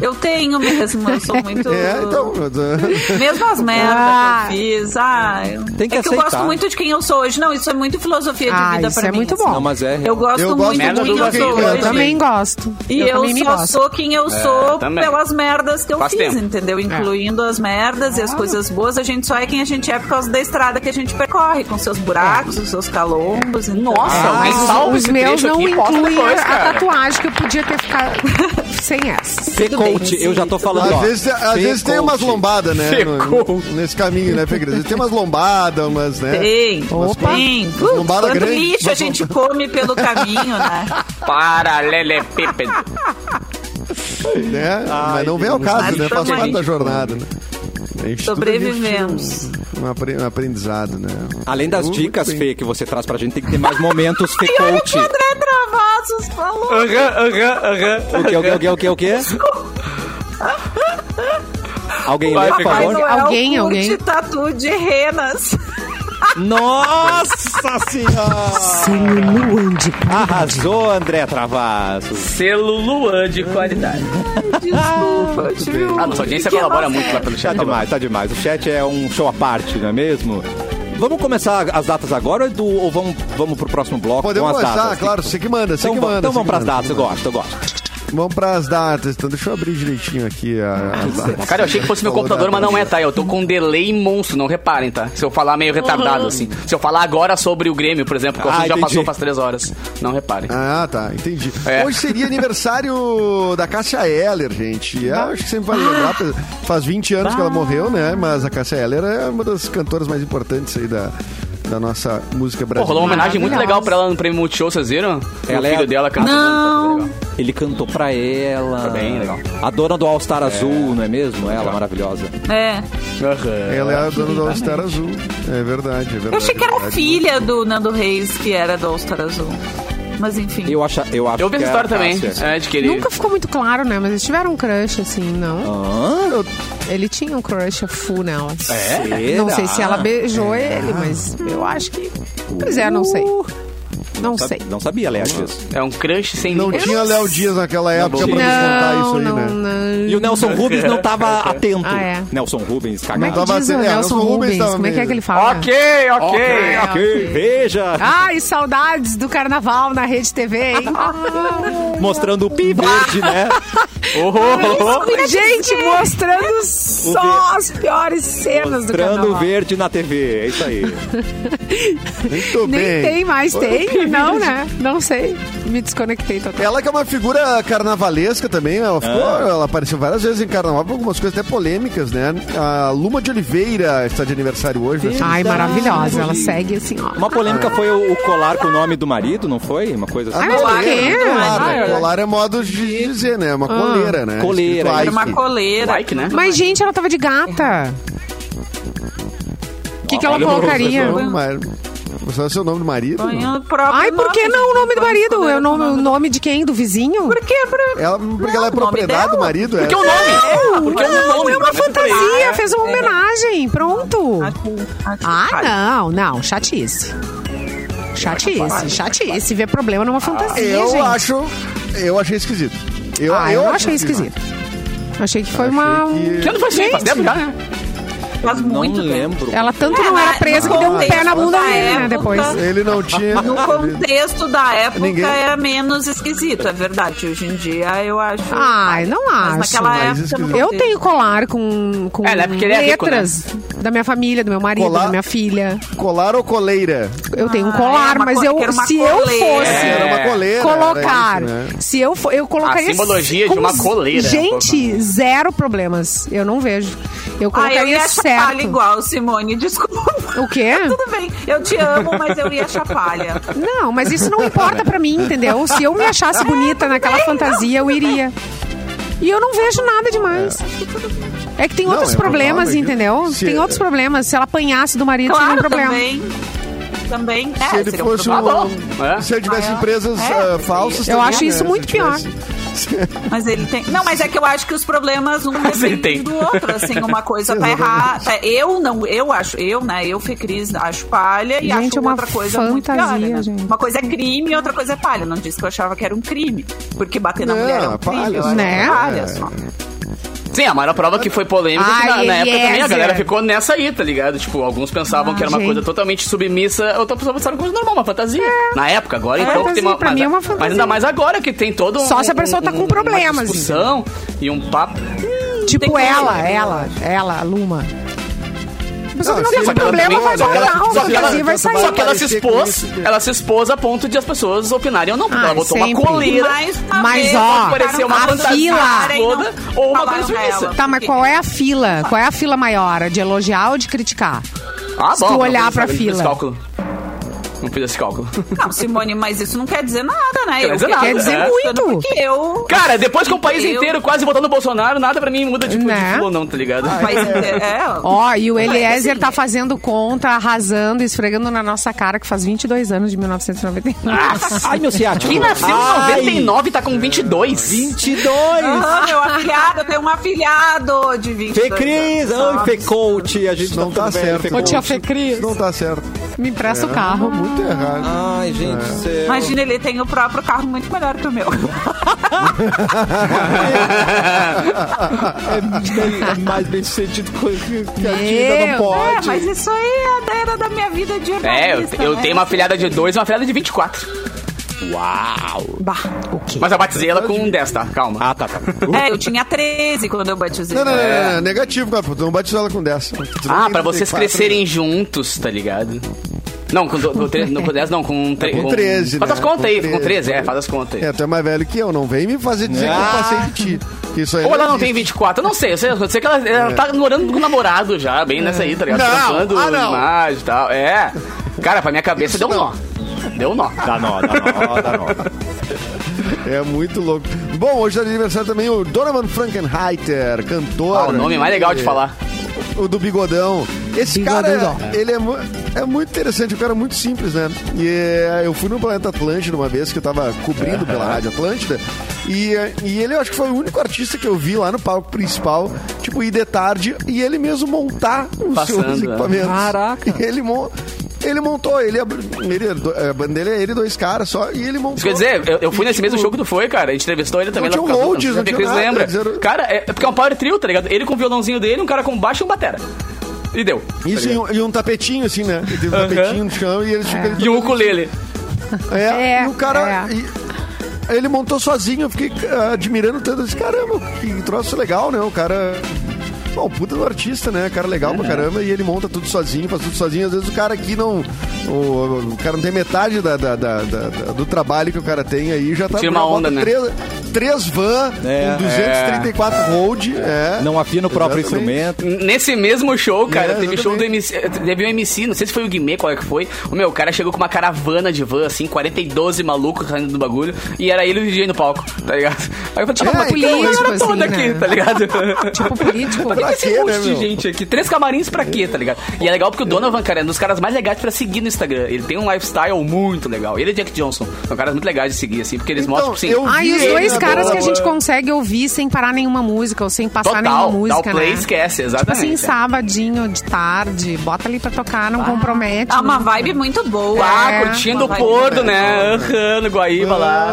Eu tenho mesmo, eu sou
*laughs*
muito.
É, então. eu tô-
Mesmo as merdas
Ah.
que eu fiz. Ah, eu...
Tem que
é que eu
aceitar.
gosto muito de quem eu sou hoje. Não, isso é muito filosofia de
Ah,
vida
isso
pra
é
mim.
muito
assim.
bom.
Não, mas é.
Eu gosto
Eu gosto
muito
muito
de quem eu
de
sou
quem eu
hoje.
Também gosto.
E
eu,
eu,
também me
só
gosto.
sou quem eu sou
É, também.
pelas merdas que eu
Faz
fiz,
tempo. É.
entendeu? Incluindo as merdas e as coisas boas. A gente só é quem a gente é por causa da estrada que a gente percorre, com seus buracos, os seus calombos. então-
É. Nossa,
Ah,
alguém
os-
salva
os
esse
meus
trecho
não
aqui e posta
incluem
depois,
a
cara.
tatuagem que eu podia ter ficado *laughs* sem essa.
Fê Coach, eu já tô falando, ó.
Às vezes, é- às
Fê
vezes tem
Coach.
umas lombadas, né? no-
Ficou.
nesse caminho, né, Fê Cris? Às vezes Tem umas lombadas, umas, né?
Tem,
Opa.
tem. Putz,
lombada
Quanto
grande,
lixo a
mas-
gente come pelo
*laughs*
caminho, né?
Paralelepípedo.
né? Mas não vem ao caso,
Mas
né? Faz
também.
parte da jornada, né? Enfim, tudo a gente
Sobrevivemos.
tira Um apre- um aprendizado, né?
Além das
Eu-
dicas,
muito bem.
Fê, que você traz pra gente, tem que ter mais
*laughs*
momentos Fê
E olha o que
Coach.
o André Travassos falou.
O
é
que, o que, o que, o que, o
*laughs*
que? Alguém lê, por
Papai
favor?
Noel
Alguém,
é curte
alguém.
tatu de renas.
Nossa senhora! Arrasou, André Travassos. Tá
Selo Luan de qualidade. Ah.
Desculpa, eu tive um
A nossa audiência
pequeno
colabora muito
acesso.
lá pelo
Tá
chat.
demais, tá demais. O chat é um show à parte, não é mesmo? Vamos começar as datas agora Edu, ou vamos, vamos pro próximo bloco
Podemos
com as datas?
começar, claro. Você que manda, você
Então,
que
va-
manda.
então
você
vamos
que
pras
manda,
datas,
você
eu
que manda.
gosto, eu gosto.
Vamos pras datas, então deixa eu abrir direitinho aqui a, a- *laughs*
Cara, Ah, eu achei que fosse meu
Falou
computador, mas
da-
não é, tá? Eu tô com um delay monstro, não reparem, tá? Se eu falar meio retardado, assim.
Uhum.
Se eu falar agora sobre o Grêmio, por exemplo, que o
Ah,
assunto já
entendi.
passou faz três horas. Não reparem.
Ah, tá, entendi.
É.
Hoje seria aniversário da Cássia Eller, gente. Eu acho que sempre vale lembrar, porque faz 20 anos que ela morreu, né? Mas a Cássia Eller é uma das cantoras mais importantes aí da, da nossa música
Pô, rolou uma
brasileira.
homenagem muito
Maravilhosa.
legal pra ela no prêmio Multishow, vocês viram?
Ela
o
é
filho
a-
dela cantando.
Não.
tá legal.
Ele cantou pra ela.
Tá
Foi bem legal.
A dona do All Star Azul, não é mesmo? Ela, maravilhosa.
É.
Ela é a dona do All-Star Azul. É verdade, é verdade.
Eu achei que era a
verdade.
filha do Nando Reis, que era do All-Star Azul. Mas enfim.
Eu acho, eu acho
Eu vi
que
essa
é a
história também,
Cássia.
é, de que ele...
Nunca ficou muito claro, né? Mas eles tiveram um crush, assim, não?
Hã?
Ele tinha um crush full nela.
É?
Não sei se ela beijou ele, mas eu acho que. Pois é, não sei. Não
Sabe-
sei.
Não sabia, aliás, disso.
É um crush sem
Não
limite.
tinha Léo Dias naquela época pra nos contar isso aí,
não,
né?
não.
E o Nelson Rubens não
*laughs*
tava atento.
Ah, é.
Nelson Rubens,
Como é
cagado.
que
Tava
diz
sendo-
o
é,
Nelson
Nelson Rubens
Rubens?
tava
Como é que é
meio-
que ele fala?
Ok, ok.
ok, veja.
Ai, saudades do carnaval na Rede TV, hein? Ah.
Mostrando o pi verde, né?
*laughs* Oh, oh, oh.
Gente, mostrando só as piores cenas do
Mostrando o
carnaval.
verde na TV. É isso aí.
Muito
Nem
bem.
tem mais, tem? Não, né? Não sei. Me desconectei total.
Ela que é uma figura carnavalesca também, ela, ficou- ela apareceu várias vezes em carnaval, por algumas coisas até polêmicas, né? A Luma de Oliveira está de aniversário hoje. vai ser-
Ai, maravilhosa. Ela segue assim, ó.
Uma polêmica foi o, o colar com o nome do marido, não foi? Uma coisa assim.
Ah, mas por quê?
Colar, né?
Ah, é.
Colar é modo de dizer, né? Uma coleira, né?
Coleira.
Escrito
Era uma
Ike.
coleira.
Like, né?
Mas, gente, ela tava de gata. O que, que ela
Olha,
colocaria?
Seu nome, Mar- Você sabe seu nome do marido?
Põe o próprio
Ai, por que
nome,
não o
gente.
nome do
Põe
marido?
coleira
É o nome,
com
o nome de quem? Do vizinho?
Por que? Pra...
Ela, porque
Não,
ela é
o nome
propriedade do
dela.
marido? é?
Porque o nome? Porque o nome?
é uma
Começa por aí.
fantasia, É. fez uma homenagem, pronto. Ah, não, não, chatice. Chatice, chatice. Ver problema numa fantasia,
Ah, Eu
gente.
acho. Eu achei esquisito. Eu,
ah, eu, achei
acho
esquisito. Achei que foi
Achei
uma... um
que-
Que ano foi isso? aí? Faz
Gente.
tempo já, né?
Faz
Não
muito tempo.
lembro.
Ela tanto
É,
não era
mas
presa que
no
deu um pé
contexto
na bunda
da
dele, né,
época-
depois.
Ele não tinha.
No
ele-
contexto da época
Ah, Ninguém-
é menos esquisito, é verdade. Hoje em dia eu acho.
Ai, não
Mas
acho.
naquela
mas
época.
esquisito.
não Ah,
Eu
sei.
tenho colar com, com
É, né, porque ele é rico,
letras da minha família, do meu marido,
Colar-
da minha filha.
Colar ou coleira?
Eu tenho um
Ah,
colar,
é uma
mas
co-
eu,
que era uma
se eu
coleira.
Sim,
É.
fosse
Era uma coleira.
colocar,
era isso, né?
se eu for, eu colocaria
A simbologia de
com-
uma coleira. é um
Gente, zero problemas. Eu não vejo. Eu
Ah, eu
colocaria
ia chapalha
certo.
igual, Simone, *laughs* desculpa.
O quê?
*laughs* Tudo bem, eu te amo, mas eu ia chapalha.
Não, mas isso não importa pra mim, entendeu? Se
*laughs*
eu me achasse bonita naquela fantasia, eu iria. E eu não vejo nada demais. É que tem
Não,
outros
é
problemas,
provável,
entendeu?
se- é-
Tem outros problemas. Se ela apanhasse do marido, seria um
Claro,
problema.
também. Também. É,
se ele
seria um
fosse um,
problema.
É.
se ele tivesse
Ah, é.
empresas
É,
ah,
seria.
falsas
Eu
também,
acho
né?
isso
Se
muito
tivesse- *laughs*
Mas ele tem. Não, mas é que eu acho que os problemas um
*laughs* Mas ele tem.
depende do outro, assim, uma coisa
*laughs*
tá errada. tá- Eu não, eu acho, eu, né? Eu, Fê Cris, acho palha e
Gente,
acho
é uma
outra coisa
fantasia,
muito pior. né?
gente.
Uma coisa é crime e outra coisa é palha. Não disse que eu achava que era um crime. Porque bater na
Não,
mulher é um
é
crime.
palha,
eu acho
né?
palha só.
Sim, a maior prova que foi polêmica que na,
Ai,
na época também a
Eliezer.
galera ficou nessa aí, tá ligado? Tipo, alguns pensavam
Ah,
que era uma
gente.
coisa totalmente submissa, outra pessoa pensava que era normal, uma fantasia. Na época, agora
É
então que tem uma.
fantasia, pra
mas,
mim é uma
mas
fantasia.
ainda mais agora que tem todo um.
Só se a pessoa
um-
tá com
um- Uma
problemas,
discussão e um papo.
Tipo
Tem que
ela,
ser.
ela, ela, a Luma. A pessoa
Não,
que não tem
sim, só
esse
que ela
problema
também-
vai
só que ela-
botar uma
só que ela-
fantasia e vai
só
sair.
que
Só que ela se
Parecia
expôs,
com isso que-
ela se expôs a ponto de as pessoas opinarem ou não. porque
Ah,
ela botou
sempre.
uma coleira.
Mais uma
Mas,
vez,
ó,
botaram
parecia uma
a
fantasia
fila.
toda ou uma coisa
Falaram
submissa.
ela,
Tá, mas
porque-
qual é a fila? Qual é a fila maior? A de elogiar ou de criticar?
Ah,
Se tu
não
olhar
fiz-
pra
não fiz esse
fila.
cálculo. Não fiz esse cálculo.
Não, Simone, mas isso não quer dizer nada, né?
Quer
Eu
dizer
fiquei
nada, é. Quer
é? dizer
pensando
muito.
Porque eu.
Cara, depois que o país
Eu-
inteiro quase votando no Bolsonaro, nada pra mim muda de, de
Né?
fila ou não, tá ligado?
*laughs*
Mas, é,
Ó, e o
Mas,
Eliezer
assim,
tá fazendo conta, arrasando, esfregando na nossa cara que faz 22 anos de 1999.
Ah,
Ai, meu ciático.
Quem nasceu
Ai,
em 99 tá com 22.
22.
Aham, meu afilhado, eu tenho um afilhado de 20
Fê Cris, ah, ai, Fê Coach, a gente
Isso não tá
tudo bem,
certo.
Fê
Ô,
Coach.
tia
Fecris,
Isso não tá certo.
me empresta o
É.
carro.
Ah.
Muito errado.
Ai, gente do céu.
Imagina, ele tem o próprio carro muito melhor que o meu.
É
Ah,
mais bem sentido que a
Meu
gente não
É,
pode.
mas isso aí é da era da minha vida de
É, eu,
jornalista,
eu
né?
tenho uma filhada de 2 e uma filhada de 24.
Uau!
Bah, o quê?
Mas eu batizei ela com 10, tá? Calma.
Ah, tá,
*laughs*
tá.
É, eu tinha 13 quando eu batizei.
Não, não, não, não, não, negativo, cara. Não batizo ela com 10.
É. Ah, pra vocês
né?
crescerem juntos, tá ligado? Não, com, do, do, tre- não, com 10 não, com, tre-
É com 13,
Faz
né?
as contas
Com
aí,
13,
com 13, é, faz as contas aí.
É, tu é mais velho que eu, não vem me fazer dizer
Ah.
que eu passei de ti. Que Isso aí é
Ou ela não tem
existe.
24, eu não sei, eu sei, eu sei que ela, ela tá morando com o namorado já, bem nessa aí, tá ligado?
É. Não,
Trampando
ah, não.
imagem e tal. É. Cara, pra minha cabeça deu um nó. Deu um nó.
Dá nó, dá nó, dá nó.
É muito louco. Bom, hoje é aniversário também o Donovan Frankenheiter, cantor.
Ah, o nome mais legal de falar.
O do Bigodão. Esse
Bigodão.
cara, ele é, mu- é muito interessante, o cara é muito simples, né? E é, eu fui no Planeta Atlântida uma vez, que eu tava cobrindo pela Rádio Atlântida, e, é, e ele eu acho que foi o único artista que eu vi lá no palco principal, tipo, ir de tarde, e ele mesmo montar os
Passando,
seus
né?
equipamentos.
Caraca.
Ele, mon- ele montou, ele, abri- ele herdou- a banda dele é ele e dois caras só, e ele montou. tipo,
Isso quer dizer, eu, eu fui nesse mesmo show que tu foi, cara. A gente entrevistou ele também.
Não
lá
tinha
por causa-
roadies, não
sei se a
tinha
Cris
nada,
lembra.
eles eram-
Cara, é, é porque é um power trio, tá ligado? Ele com o violãozinho dele, um cara com baixo e um batera. E deu.
Isso e um, e um tapetinho, assim, né? Ele teve um tapetinho no chão e ele ficou.
E um ukulele.
É,
É,
e o cara.
é.
e- ele montou sozinho, eu fiquei ah, admirando tanto. Eu disse, caramba, que troço legal, né? O cara. Bom, puta do artista, né? Cara legal
É.
pra caramba. E ele monta tudo sozinho, faz tudo sozinho. Às vezes o cara aqui não. O, o cara não tem metade da, da- da- da- da- do trabalho que o cara tem aí. Já tá
Tira uma
já
onda,
bota
né?
Três, três van,
É,
com 234 road. É.
Não afina o próprio
Exatamente.
instrumento.
Nesse mesmo show, cara,
É,
teve show do
exatamente.
MC. eh, Teve um MC, não sei se foi o Guimê, qual é que foi. O meu, o cara chegou com uma caravana de van, assim, 42 malucos saindo do bagulho. E era ele e o DJ no palco, tá ligado? Aí eu falei, tipo,
É,
mas por que
então,
a galera
tipo
toda
assim,
aqui,
né?
tá ligado?
*laughs*
Tipo político.
Pra que
Pra
esse
quê,
monte
né,
de
meu?
gente aqui? Três camarins pra quê, tá ligado? E é legal porque o Donovan, cara, é um dos caras mais legais pra seguir no Instagram. Ele tem um lifestyle muito legal. Ele e Jack Johnson são caras muito legais de seguir, assim, porque eles
Então,
mostram, assim...
eu
Ah, e os
vi ele
dois
na
caras que a
boa.
gente consegue ouvir sem parar nenhuma música ou sem passar
né? Total,
nenhuma
dá o
música,
play e
né?
esquece,
Tipo
exatamente.
assim, sabadinho de tarde, bota ali pra tocar, não compromete.
É uma
não-
vibe muito boa.
Ah,
É,
curtindo
uma
o
vibe
Porto,
muito
né? Aham, no Guaíba lá.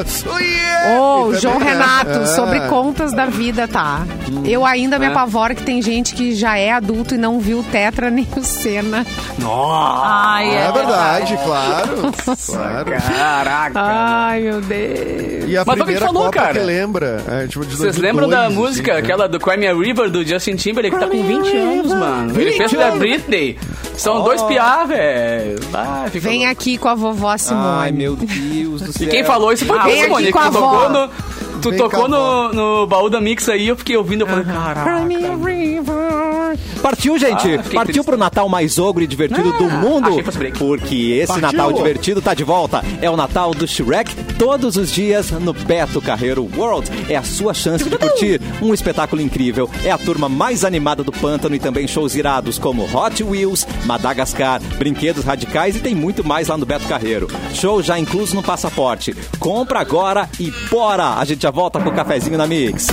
Ah, oh, yeah!
Ô,
E
o João
também, né?
Renato,
É.
Ah.
sobre contas da vida, tá? Eu ainda me
É.
apavoro que tem gente que já é adulto e não viu o Tetra nem o Senna.
Ai,
É verdade, claro. claro.
Caraca.
Ai, meu Deus.
E
Mas foi o
a
que a gente
primeira
falou,
Copa
cara.
que lembra. é, tipo, de
Vocês
2002,
lembram da
assim,
música,
né?
aquela do Cry Me a River, do Justin Timberlake, que tá com 20 anos, mano. Ele fez da Britney. São dois piá, velho. Ah, fica
Oh. Vem
louco.
aqui com a vovó
Ai,
Simone.
meu Deus do céu.
E quem falou isso foi
Ah,
tu,
vem
Simone,
aqui
que
com
tu
a
tocou,
avó.
no, tu
Vem
tocou
com a
no, no baú da Mix aí, eu fiquei ouvindo, eu falei, caraca.
Partiu, gente.
Ah, fiquei
Partiu
triste. Ah,
pro Natal mais ogro e divertido do mundo.
achei que fosse break.
Porque esse
Partiu.
Natal divertido tá de volta. É o Natal do Shrek todos os dias no Beto Carreiro World. É a sua chance de curtir um espetáculo incrível. É a turma mais animada do pântano e também shows irados como Hot Wheels, Madagascar, Brinquedos Radicais e tem muito mais lá no Beto Carreiro. Show já incluso no passaporte. Compra agora e bora! A gente já volta com o cafezinho na Mix.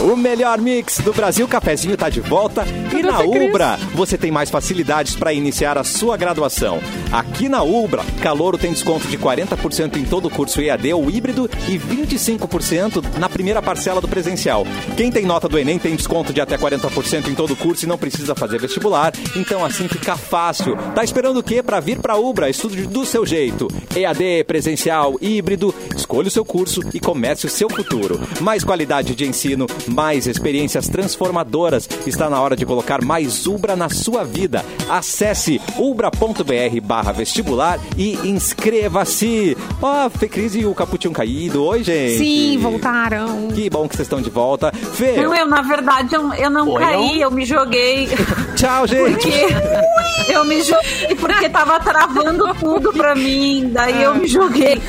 O melhor mix do Brasil Cafezinho tá de volta e na Ubra você tem mais facilidades para iniciar a sua graduação. Aqui na Ubra, Calouro tem desconto de 40% em todo o curso EAD ou híbrido e 25% na primeira parcela do presencial. Quem tem nota do Enem tem desconto de até 40% em todo o curso e não precisa fazer vestibular, então assim fica fácil. Tá esperando o quê para vir para Ubra? Estude do seu jeito. EAD, presencial, híbrido, escolha o seu curso e comece o seu futuro. Mais qualidade de ensino, mais experiências transformadoras. Está na hora de colocar mais Ubra na sua vida. Acesse ubra.br barra vestibular e inscreva-se. Ó, Fê Cris e o Caputinho Caído. Oi, gente.
Sim, voltaram.
Que bom que vocês estão de volta. Fê,
Não, é eu, na verdade, eu, eu não
Oi,
caí, eu me joguei.
tchau, gente.
*laughs*
Porque eu me joguei porque tava travando tudo pra mim. Daí eu me joguei.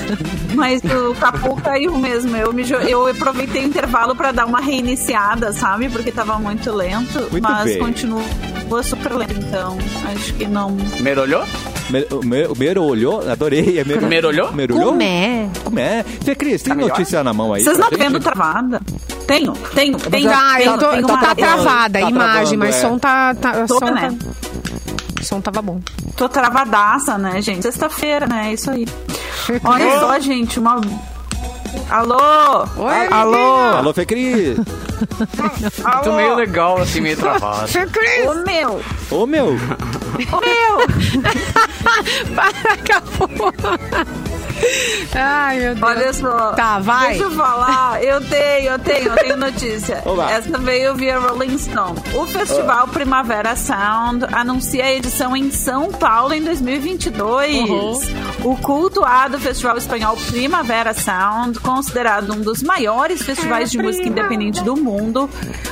Mas o Capu caiu mesmo. Eu, me jo- eu aproveitei o intervalo pra dar uma reiniciada, sabe? Porque tava muito lento.
Muito
mas
bem.
continua super lento, então. Acho que não.
Merolhou?
Me- me- Merolhou? Adorei. É mero-
Merolhou?
Merolhou?
Comé.
Como é? Fê Cris, tem
Tá melhor?
notícia na mão aí?
Vocês
pra
não
É gente?
vendo travada? Tenho, tenho, tenho.
Tá,
tenho,
eu tô,
tenho
tô-
uma-
tá
eu-
travada a
tá
imagem,
travando,
mas
é.
som tá. tá
Tô,
som,
né?
tá- som tava bom.
Tô É travadaça, né, gente? Sexta-feira, né? Isso aí. Olha só, gente, uma. Alô?
Oi,
Alô?
Alô, Fecri.
Tô meio legal, assim, meio *laughs* travado.
Fê Cris.
Ô meu,
Ô, meu.
ô meu.
*laughs* Para, acabou. Ai, meu Deus.
Olha só.
Tá, vai.
Deixa eu falar. Eu tenho, eu tenho, eu tenho notícia.
Oba.
Essa veio via Rolling Stone. O Festival Primavera Sound anuncia a edição em São Paulo em 2022. O cultuado Festival Espanhol Primavera Sound, considerado um dos maiores festivais de música independente do mundo,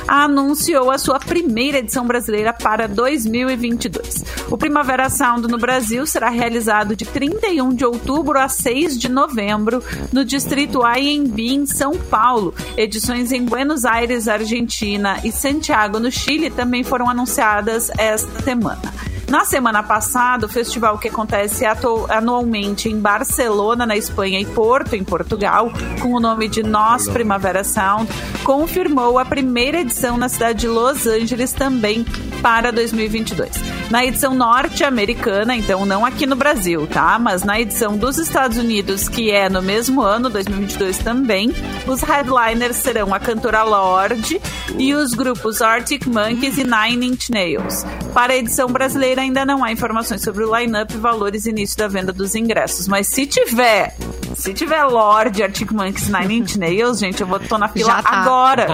anunciou a sua primeira edição brasileira para 2022. O Primavera Sound no Brasil será realizado de 31 de outubro a 6 de novembro no distrito Aiembi, em São Paulo. Edições em Buenos Aires, Argentina e Santiago, no Chile, também foram anunciadas esta semana. Na semana passada, o festival que acontece atu- anualmente em Barcelona, na Espanha, e Porto, em Portugal, com o nome de Nós Primavera Sound, confirmou a primeira edição na cidade de Los Angeles também para 2022. Na edição norte-americana, então não aqui no Brasil, tá? Mas na edição dos Estados Unidos, que é no mesmo ano, 2022 também, os headliners serão a cantora Lorde e os grupos Arctic Monkeys e Nine Inch Nails. Para a edição brasileira ainda não há informações sobre o line-up, valores e início da venda dos ingressos. Mas se tiver, se tiver Lorde, Arctic Monkeys e Nine Inch Nails, gente, eu vou tô na fila
Já tá. *laughs*
agora.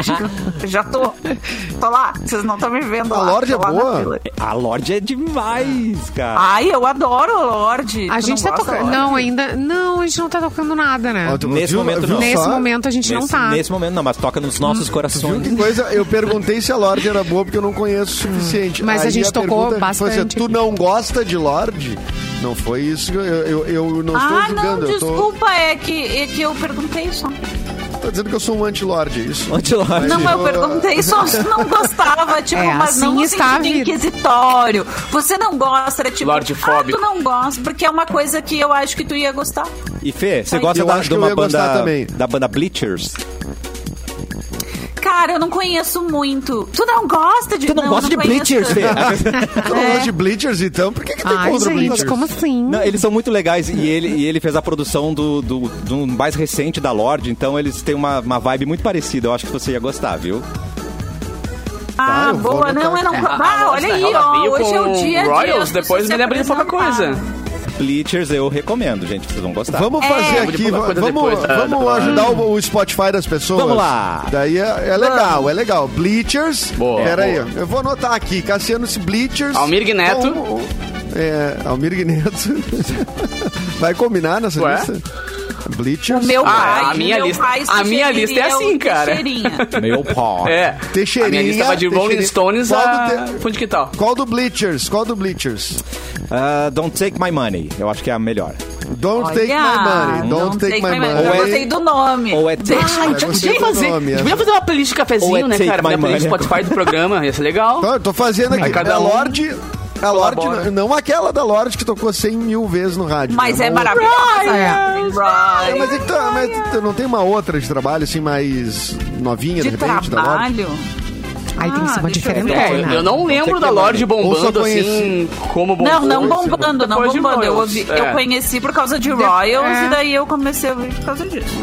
Já tô. Tô lá. Vocês não estão me vendo
A
lá.
Lorde
Tô
é
lá na
boa?
fila.
A Lorde é demais, cara.
Ai, eu adoro o Lorde.
A
Tu
gente
não
tá
gosta,
tocando.
Lorde?
Não, ainda. Não, a gente não tá tocando nada, né?
Ó, Ah, tu-
Nesse
viu-
momento,
viu
não.
Nesse
só?
momento a gente não
Nesse-
tá.
Nesse momento não, mas toca nos nossos
Viu
corações.
que coisa? Eu perguntei se a Lorde era boa porque eu não conheço o suficiente.
Hum. Mas a gente tocou
pergunta Foi assim,
bastante
tu
aqui.
não gosta de Lorde? Não foi isso que eu, eu, eu não estou
Ah,
julgando.
não,
eu tô- É
desculpa, é, que, é que eu perguntei só.
tô, dizendo que eu sou um anti-Lorde, é isso?
Anti-Lorde.
Não,
Mas
eu
eu-
perguntei só se
*laughs*
não gostava, tipo,
É,
mas não
assim
no
está a
sentido
vida.
inquisitório. Você não gosta, era tipo,
Lorde
ah,
fóbico.
tu não gosta, porque é uma coisa que eu acho que tu ia gostar.
E Fê, você gosta
Eu
da,
acho
de
que eu
uma
ia gostar
banda
também.
da banda Bleachers?
Cara, eu não conheço muito. Tu não gosta de...
Tu não gosta de
conheço.
Bleachers, Fê?
Tu não gosta de Bleachers, então? Por que, que tem
Ai,
contra
Ah, gente,
Bleachers?
como assim?
*laughs* Não, eles são muito legais e ele, e ele fez a produção do, do, do mais recente da Lorde, então eles têm uma, uma vibe muito parecida. Eu acho que você ia gostar, viu?
Tá,
Ah,
eu vou
boa, não, eu não...
anotar.
Ah, olha aí,
ela
ó,
veio
hoje é o
com
dia de
Royals,
eu
depois
se
me lembrei de pouca
apresentar.
coisa.
Bleachers eu recomendo, gente, vocês vão gostar.
Vamos fazer
É.
aqui,
Vamos
vamos,
depois da- da
vamos
palavra.
ajudar o, o Spotify das pessoas.
Vamos lá.
Daí é, é legal, é legal. Bleachers.
Boa,
Pera aí,
boa.
eu vou anotar aqui. Cassiano se Bleachers.
Almir Neto.
Então, o- é, Almir Neto. *laughs* Vai combinar nessa
Ué?
lista? Bleachers.
O meu
Ah,
pai,
a minha
meu
lista-
pai
a minha lista é
sugeriria o
assim, cara.
Teixeirinha.
Meu pó.
*laughs* É.
Teixeirinha,
A minha lista vai de Rolling
Teixeirinha.
Stones
Qual
a
do te-
Fundo de Quintal.
Qual do Bleachers? Qual do Bleachers?
Ah, don't Take My Money, eu acho que é a melhor.
Don't
Olha,
take my money. Don't, take, my, money.
Eu
Ou é-
gostei do nome.
Ou é
Deixa-
Ah,
eu
a gente
gostei
podia
do
fazer,
nome,
a gente
é.
podia fazer uma playlist de
Ou é
cafezinho, né,
Take
cara?
My
Uma playlist
Money.
Spotify do programa, ia ser legal.
Tô, tô fazendo aqui.
cada
é
um
Lorde. A Lorde,
colabora.
não- não aquela da Lorde que tocou 100 mil vezes no rádio.
Mas
né?
é
Uma outra.
maravilhoso.
É.
É, mas é que tu, mas tu não tem uma outra de trabalho, assim, mais novinha, de,
De
repente, da Lorde?
trabalho.
Aí tem que ser
Ah,
uma
deixa eu ver.
diferença.
É, eu,
né?
eu não lembro da Lorde
Ou só
bombando
conheci.
assim, como bombou.
Não, não
Depois
bombando, não
de
bombando. Eu,
Royals,
ouvi,
é.
eu conheci por causa de Royals
É.
e daí eu comecei a ouvir por causa disso.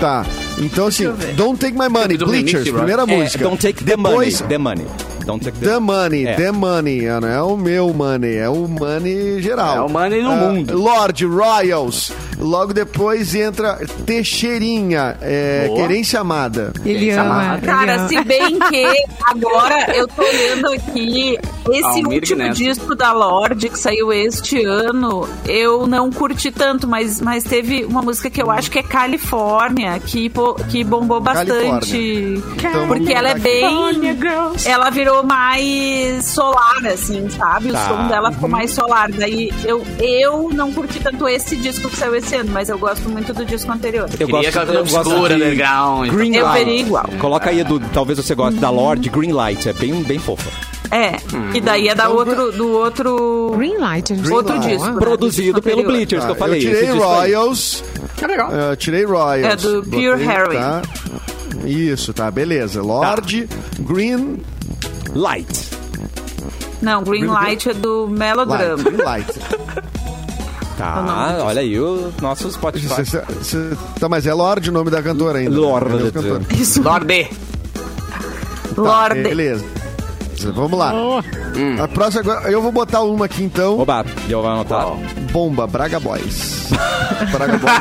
Tá. Então, assim, Don't Take My Money,
Do remix,
Bleachers,
right?
primeira
É,
música.
Don't Take The
Depois,
Money, The Money. Don't Take The,
The Money,
É.
The Money, não é o meu money, é o money geral.
É o money no
Ah,
mundo.
Lorde, Royals. Logo depois entra Teixeirinha, é,
Boa.
Querência Amada.
É
Ele ama. ele
Cara,
ama.
se bem que agora eu tô olhando aqui esse
Almir
último
Neto.
disco da Lorde que saiu este ano, eu não curti tanto, mas, mas teve uma música que eu acho que é Califórnia, que, po- que bombou bastante.
Então, vamos
porque ela é
botar
bem. Ela virou mais solar, assim, sabe?
Tá.
O som dela ficou mais solar. Daí eu, eu não curti tanto esse disco que saiu esse ano, mas eu gosto muito do disco anterior.
Eu
Queria aquela coisa obscura, underground.
Green
Eu
Light.
veria igual.
Coloca aí, Edu, talvez você goste da Lorde Green Light, é bem, bem fofa.
É, e daí é da
Então,
outro, do outro.
Green Light, a gente
Green
Outro
falou,
disco.
né?
né?
Produzido
Disco
pelo
anterior.
Bleachers, que eu
Tá,
falei. esse
tirei
disco aí.
Royals.
É legal.
Eu tirei Royals.
É do Pure
Botei,
Harry.
tá? Isso, tá, beleza. Lorde,
Tá.
Green
Light.
Não, Green Light é do melodrama.
Light. Green Light.
Tá, olha aí o nosso Spotify.
Cê- cê- cê- tá, mas é Lorde o nome da cantora ainda. né?
Lorde.
Mesmo cantor.
*laughs* Isso.
Lorde.
Tá,
Lorde.
Beleza. Vamos lá. Hum. A próxima agora, eu vou botar uma aqui então.
Oba, e eu vou anotar.
Bomba, Braga Boys. Braga Boys.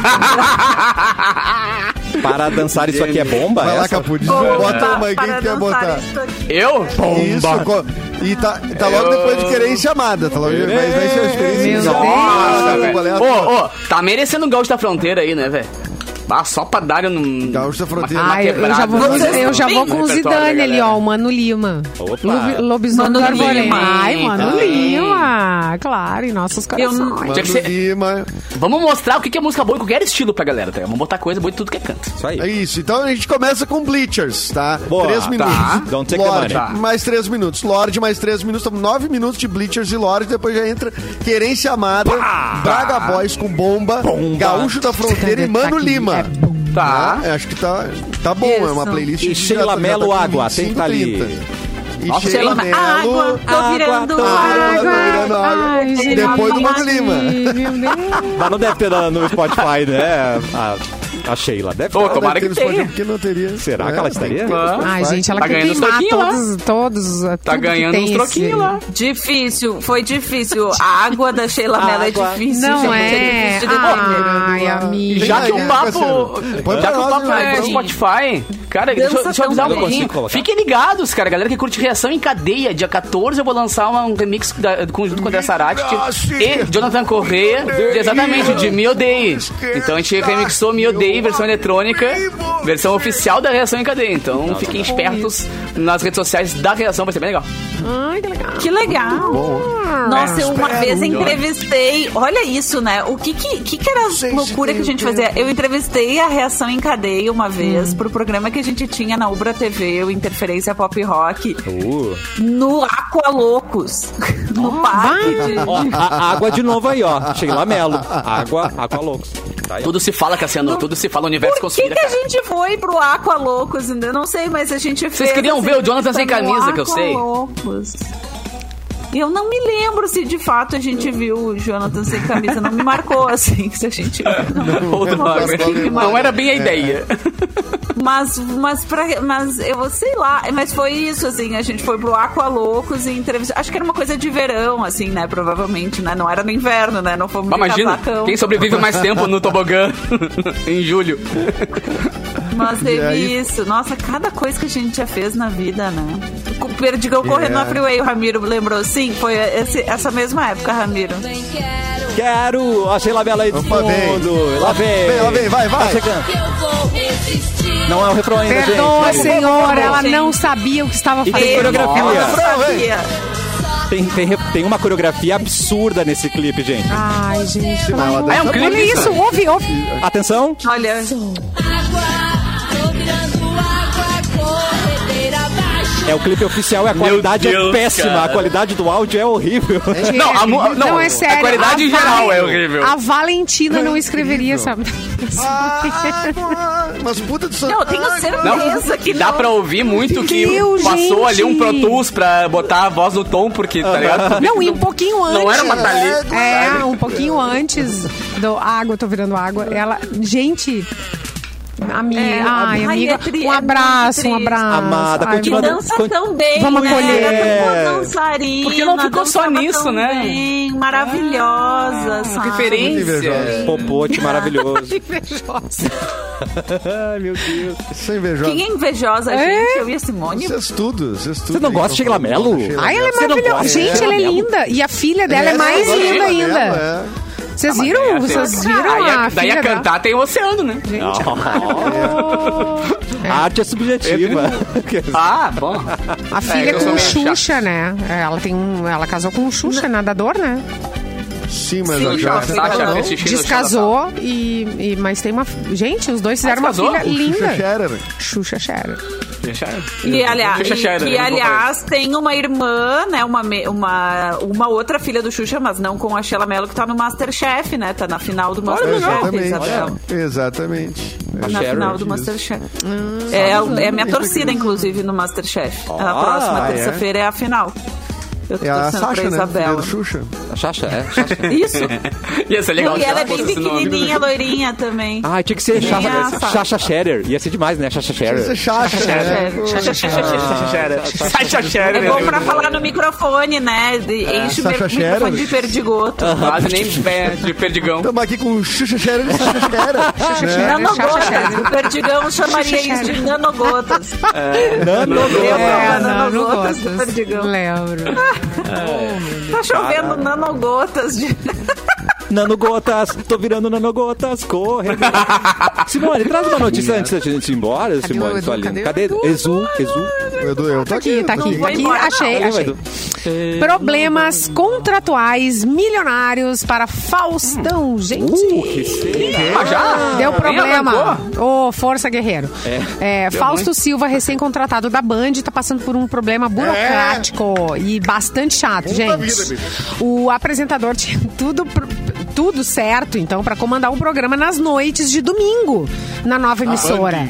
Para dançar isso aqui é bomba?
Vai lá,
essa?
Capu, diz-
Bomba
bota uma aí, quem
para
quer
dançar
botar?
isso aqui.
Eu?
Isso, co- e tá, tá logo depois de querer em chamada. Tá logo, vai, vai ser uma experiência.
Meu
Nossa,
Ô,
qual é a tua?
ô, tá merecendo um gaúcho da fronteira aí, né, velho? Ah, só pra dar um.
Gaúcho da Fronteira.
uma
Ai, eu- eu já
quebrada.
vou, com- eu já vou com o
Repertório,
Zidane
né,
ali,
galera?
ó, o Mano Lima.
Opa.
Lobi- Lobisomem
Mano
do Arvorema.
Lima.
Ai, Mano
Também.
Lima. Claro, em nossos corações.
Tinha que ser-
Mano Lima.
Vamos mostrar o que que é música boa em qualquer estilo pra galera, tá? Vamos botar coisa boa de tudo que é canto.
Isso aí.
É isso. Então a gente começa com Bleachers, tá?
Boa,
três
tá.
minutos.
Don't take the
Lorde,
money. Tá.
mais três minutos. Lorde, mais três minutos. Então, nove minutos de Bleachers e Lorde. Depois já entra Querência Amada, Braga Boys com bomba, Gaúcho da Fronteira
Tá
e Mano Lima.
É bom.
Tá.
É, acho que tá, tá bom, é uma
Isso.
playlist.
E
que já
Sheila
tá- já
Mello
tá com
Água, tem que tá ali.
30. E
Nossa,
Sheila
Água,
Mello...
*laughs* água, tô virando
Água,
água.
Água,
Água,
água.
ai, gente,
Depois do
ai,
Mano Lima.
meu Deus.
Mas não deve ter na- no Spotify, né? A, a Sheila. Deve ter.
Ô, tomara
Deve
que
ter no
tenha.
Spotify, Porque não teria. É,
Será que ela estaria?
Ai, gente, ela
Tá
quer
ganhando uns
queimar
troquinhos lá.
todos, todos.
Tá ganhando uns troquinhos lá.
Difícil, foi difícil. A água da Sheila Mello é difícil.
Não
gente,
é?
difícil de beber.
Ai, amiga.
Já que
aí,
o papo.
parceiro. Põe
Já
pra
que o
nós,
papo
né,
é
Brasil?
do Spotify. Cara,
Dança
deixa, eu- deixa eu avisar um
tão bem.
pouquinho.
Consigo colocar.
Fiquem ligados, cara. Galera que curte reação em cadeia. Dia 14 eu vou lançar uma- um remix da, com, junto com o André Sarati
Migrasse.
e Jonathan Correia.
Odeio.
Exatamente, de Me Odeie.
Esqueça
Então a gente remixou Me Odeie, versão eletrônica, versão oficial da reação em cadeia. Então fiquem espertos nas redes sociais da reação, vai ser bem legal.
Ai, que legal.
Que legal. Nossa, eu uma vez entrevistei. Olha isso, né? O que que, que, que era a loucura que a gente fazia? Eu entrevistei a Reação em Cadeia uma
Hum.
vez pro programa que a gente tinha na Ubra TV, o Interferência Pop Rock,
Uh.
no Aqualocos. No parque de.
Ó, a- água de novo aí, ó. Sheila Mello. Água, água loucos. Tá aí, ó.
Tudo se fala, Cassiano. Tudo se fala, o universo
Por que,
conspira.
que a
cara.
gente foi pro Aqualocos? ainda? Não sei, mas a gente fez.
Vocês queriam
essa
ver o Jonathan sem
entrevista no
camisa, que eu sei.
Aqualocos. Eu não me lembro se de fato a gente viu o Jonathan sem camisa. Não me marcou *laughs* assim, se a gente.
Ou
Uma
droga.
coisa que me
Não
marcou.
era bem a ideia.
Mas, mas, pra, mas eu sei lá, mas foi isso, assim, a gente foi pro Aqualocos e entrevista. Acho que era uma coisa de verão, assim, né? Provavelmente, né? Não era no inverno, né? Não fomos
Mas
de
imagina,
casacão.
quem sobrevive mais tempo no tobogã *laughs* em julho.
*laughs*
Mas teve
aí?
isso. Nossa, cada coisa que a gente já fez na vida, né? O Perdigão
é.
correndo na freeway, o Ramiro lembrou. Sim, foi esse- essa mesma época, Ramiro.
Quero a Sheila Mello aí de
Opa, vem.
fundo. Lá vem.
Vem, lá vem, vai, vai.
Tá chegando.
Eu vou resistir.
Não é o refrão ainda,
Perdoa,
gente.
senhor, ela
gente.
não sabia o que estava
E tem
Ele-
fazendo.
coreografia.
Ela não
Bravo, hein?
sabia.
Tem, tem, re- tem uma coreografia absurda nesse clipe, gente.
Ai, gente. pelo
ela
amor-
dança
É um clipe,
Olha isso,
sabe?
ouve, ouve.
Atenção.
Olha,
Água, tô virando água, corredeira abaixo.
É o clipe oficial e a qualidade é
Deus,
péssima.
cara.
A qualidade do áudio é horrível.
Não, a mu- não,
é
a
sério.
qualidade em geral é horrível.
A Valentina não escreveria *laughs* essa.
Água. Mas puta de
Não, eu tenho certeza.
Não,
Beleza, que
dá
não.
pra ouvir muito que
Meu,
passou
gente.
ali um Pro Tools pra botar a voz no tom, porque, tá ligado?
Não, e um pouquinho antes.
Não era *laughs* uma taleta.
É, um pouquinho antes do água, tô virando água. Ela, gente, amiga,
É,
ai,
ai,
amiga,
é tri-
um
é
abraço, um
muito triste.
abraço.
Amada,
Ai,
que
continua-
dança
con-
tão bem,
Vamos
né?
acolher.
Era tão boa dançarina.
Porque não ficou só
dançava
nisso,
tão
né? Ah,
Bem, maravilhosa, sabe?
Referência.
invejosa.
Popote maravilhoso.
invejosa.
Ai, meu Deus.
Sem invejosa.
Quem é invejosa, gente? Eu e a Simone.
Vocês tudo, vocês tudo.
Você não
aí,
gosta de Sheila Mello?
Sheila
Ai, ela é
Você não
maravilhosa.
gosta?
Gente, ela é linda. E a filha dela é mais
eu gosto de
linda
Sheila Mello, é.
ainda.
Ah,
Vocês viram? Vocês viram
É, assim, Aí a-
a
daí a
filha dela?
cantar tem o oceano, né?
A arte é subjetiva.
Ah, bom.
A filha
eu
com
sou
o
meio chato.
Xuxa, né? Ela tem um, ela casou com o Xuxa, nadador, né?
é. Sim, mas tá
Sim,
a
já,
Sheila
Sasha
Mello não.
fez xixi no chão
Descasou e, e- mas tem uma, gente, os dois fizeram uma
descasou?
filha
O Xuxa
linda.
Scherer.
Xuxa Scherer.
E, aliás,
Xuxa
e-
Scherer,
que,
eu não vou
aliás, tem uma irmã, né? Uma, me- uma, uma outra filha do Xuxa, mas não com a Sheila Mello, que tá no Masterchef, né? Tá na final do Masterchef, Isabel.
Exatamente. Exatamente.
Na
Sharon,
final do
diz.
Masterchef. é, é a minha torcida, inclusive, no Masterchef.
Ah,
a próxima
é?
terça-feira é a final. Eu tô
É a
torcendo pra
Sasha, né?
Isabela.
Primeiro Xuxa.
A Xaxa, é? Xaxa.
Isso.
Ia ser legal.
e
se
ela é
fosse
bem
esse nome.
pequenininha, loirinha também.
Ah, tinha que ser
Nem a
Xaxa,
Sasha.
Xaxa Scherer. Ia ser demais, né? Xaxa
Isso é
Scherer.
Xaxa, né?
Sasha
Sasha
É
Scherer.
bom pra falar no microfone, né? De- Enche o
Sasha
microfone
Scherer.
de perdigoto.
Quase nem pé de perdigão.
Estamos aqui com Xuxa Xera e Xuxa
É,
Xera. né?
Nanogotas. O perdigão chamaria isso de *laughs* nanogotas.
É,
Lembra?
não, não
Nanogotas
gosto.
do perdigão.
Lembro.
Tá chovendo nanogotas de...
Nanogotas, tô virando nanogotas, corre.
*laughs*
Simone, traz uma notícia antes da gente ir embora,
o
Simone,
Edu?
sua linda.
Cadê
Cadê? Exu, Exu.
Edu, eu tô
Tá aqui,
aqui.
tá
eu tô
aqui, tá aqui.
embora, não.
Achei,
Cadê o
achei.
Edu?
Problemas contratuais milionários para Faustão, gente.
Uh,
Ah, já?
Deu
Nem
problema.
arrancou?
Ô, Força Guerreiro. É, Fausto Silva, recém-contratado da Band, tá passando por um problema burocrático e bastante chato, gente. o apresentador tinha tudo. pro- Tudo certo, então, pra comandar um programa nas noites de domingo na nova emissora.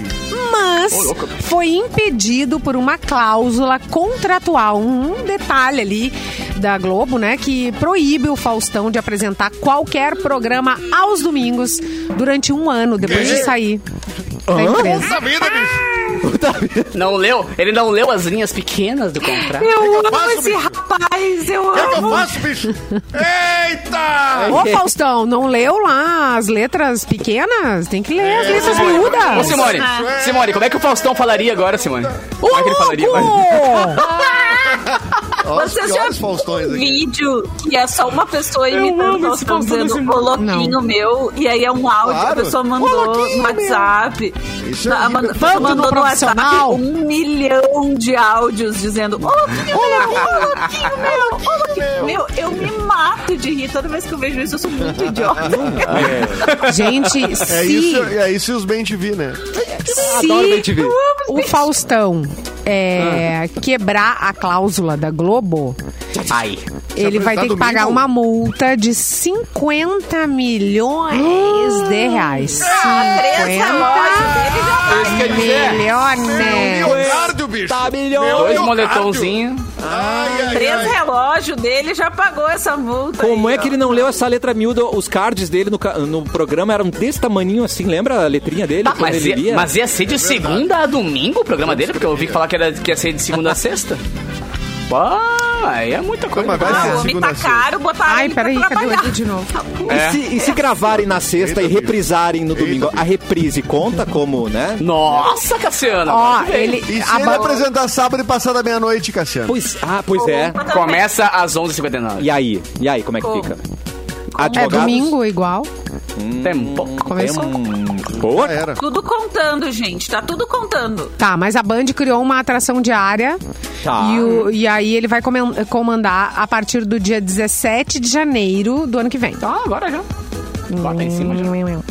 Mas foi impedido por uma cláusula contratual, um detalhe ali da Globo, né, que proíbe o Faustão de apresentar qualquer programa aos domingos durante um ano depois de sair da empresa.
Não leu? Ele não leu as linhas pequenas do contrato?
Eu amo
faço,
esse
bicho?
rapaz, eu
O que eu
amo.
faço, bicho? Eita!
Ô, Faustão, não leu lá as letras pequenas? Tem que ler as letras
Ô,
miúdas.
É, Simone,
Ah.
Simone, como é que o Faustão falaria agora, Simone?
Ô,
Como é que ele falaria?
louco!
Olha os
Vocês já
piores
viram
Faustões
um
aqui.
vídeo que é só uma pessoa imitando o
amo esse
Faustão
Faustão
dizendo
desse
o louquinho meu, e aí é um áudio que
Claro.
a pessoa
Ô,
mandou
louquinho
no WhatsApp.
Isso
Na-
é
manda-
horrível.
Tanto no
mandou no WhatsApp
profissional.
um milhão de áudios dizendo: Ô louquinho meu, ô louquinho meu, ô louquinho meu. Eu me mato de rir toda vez que eu vejo isso, eu sou muito idiota.
Gente, se,
É isso, é isso e os bem te vi, né?
se
Adoro bem te ver.
o Faustão é, quebrar a cláusula da Globo,
Ai.
ele vai ter que
apresentar
pagar
domingo?
uma multa de 50 milhões de reais.
Essa loja
50
Ah, dele já
É isso que eu ia dizer.
É.
milhões. É
Leonardo, bicho!
Tá
Meu
milhão.
Dois
Leonardo.
moletãozinhos.
Ai, ai,
Três
ai.
relógios dele já pagou essa multa.
Como
aí,
é que
ó.
ele não leu essa letra miúda? Os cards dele no, ca- no programa eram desse tamaninho assim, lembra a letrinha dele?
Tá,
quando
mas,
ele
ia,
lia?
mas ia ser de segunda a domingo o programa dele? Porque eu ouvi falar que, era, que ia ser de segunda a sexta. Pá, aí é muita coisa.
mas vai
Ah,
ser
o homem
segunda
tá
a sexta.
caro, botaram
Ai,
ele pra
peraí, cadê o
trabalhar. Tá
Edu de novo?
É.
E se, e se gravarem na sexta
Eita,
e reprisarem no
bicho.
domingo?
Eita,
A reprise conta como, né?
Nossa, Cassiano!
Ó,
muito Tá bem.
ele.
E se
a
ele
ba-
apresentar sábado e passar da meia-noite, Cassiano?
Pois, ah, pois é.
Começa às 11h59.
E aí? E aí, como é que
Como?
fica?
É
Advogados?
domingo igual.
Tempo.
Começou.
Hum, boa.
Já era.
Tudo contando, gente. Tá tudo contando.
Tá, mas a Band criou uma atração diária.
Tá.
E, o- e aí ele vai comen- comandar a partir do dia 17 de janeiro do ano que vem.
Ah, agora já. Bota aí Tá em cima já.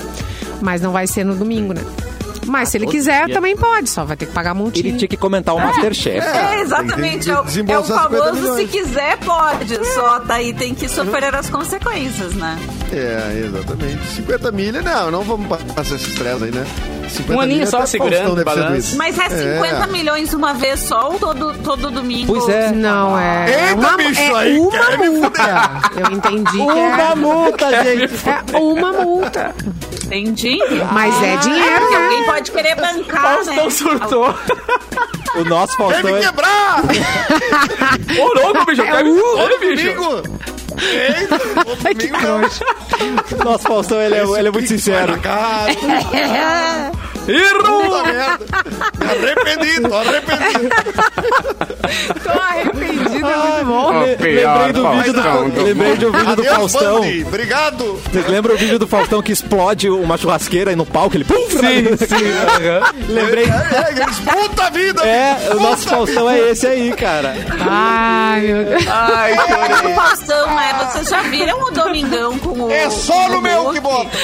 Mas não vai ser no domingo, né? Mas se ele quiser,
dia.
também pode, só vai ter que pagar a multinha.
Ele tinha que comentar o Masterchef.
É,
tem
exatamente. É
que
o, é o
desembolsar 50
famoso
milhões.
se quiser, pode. Só tá aí, tem que sofrer as consequências, né?
É, exatamente. 50 milha, não, não vamos pa- passar esse estresse aí, né? 50
Um aninho
milha
só
até
segurando,
Faustão deve ser
balanço.
doido.
Mas é 50 milhões uma vez só ou todo, todo domingo?
Pois é.
Não, é.
Eita,
uma,
bicho,
é
aí
uma
quer me
multa. Eu entendi que
Uma
é,
multa, gente.
é uma multa.
Entendi.
Mas é
É,
dinheiro,
porque
né?
alguém pode querer bancar, né?
Faustão surtou.
O nosso
Vai
Faustão
me
é...
quebrar!
Ô, louco, bicho. Pega
Olha
o
o
um bicho.
domingo! Eita, o
Que
domingo não.
trouxa.
o Nosso Faustão, ele é, ele é muito
Pix vai
sincero.
na cara,
Errou!
puta merda.
Me arrependi, tô arrependido.
Tô arrependida, é muito bom.
Le- Lembrei do vídeo do, lembrei de um vídeo do
Adeus,
Faustão.
Bambi. Obrigado.
Vocês lembram o vídeo do Faustão que explode uma churrasqueira aí no palco? Ele... Pum, *laughs* Lembrei...
É, eles-
Puta vida.
É, o
bicho.
nosso
Puta
Faustão é esse aí, cara.
Ai, meu Deus.
Ai,
É o Faustão, né? Vocês já viram o Domingão com o.
É só
com
no
o
meu
Hulk?
que bota.
*laughs*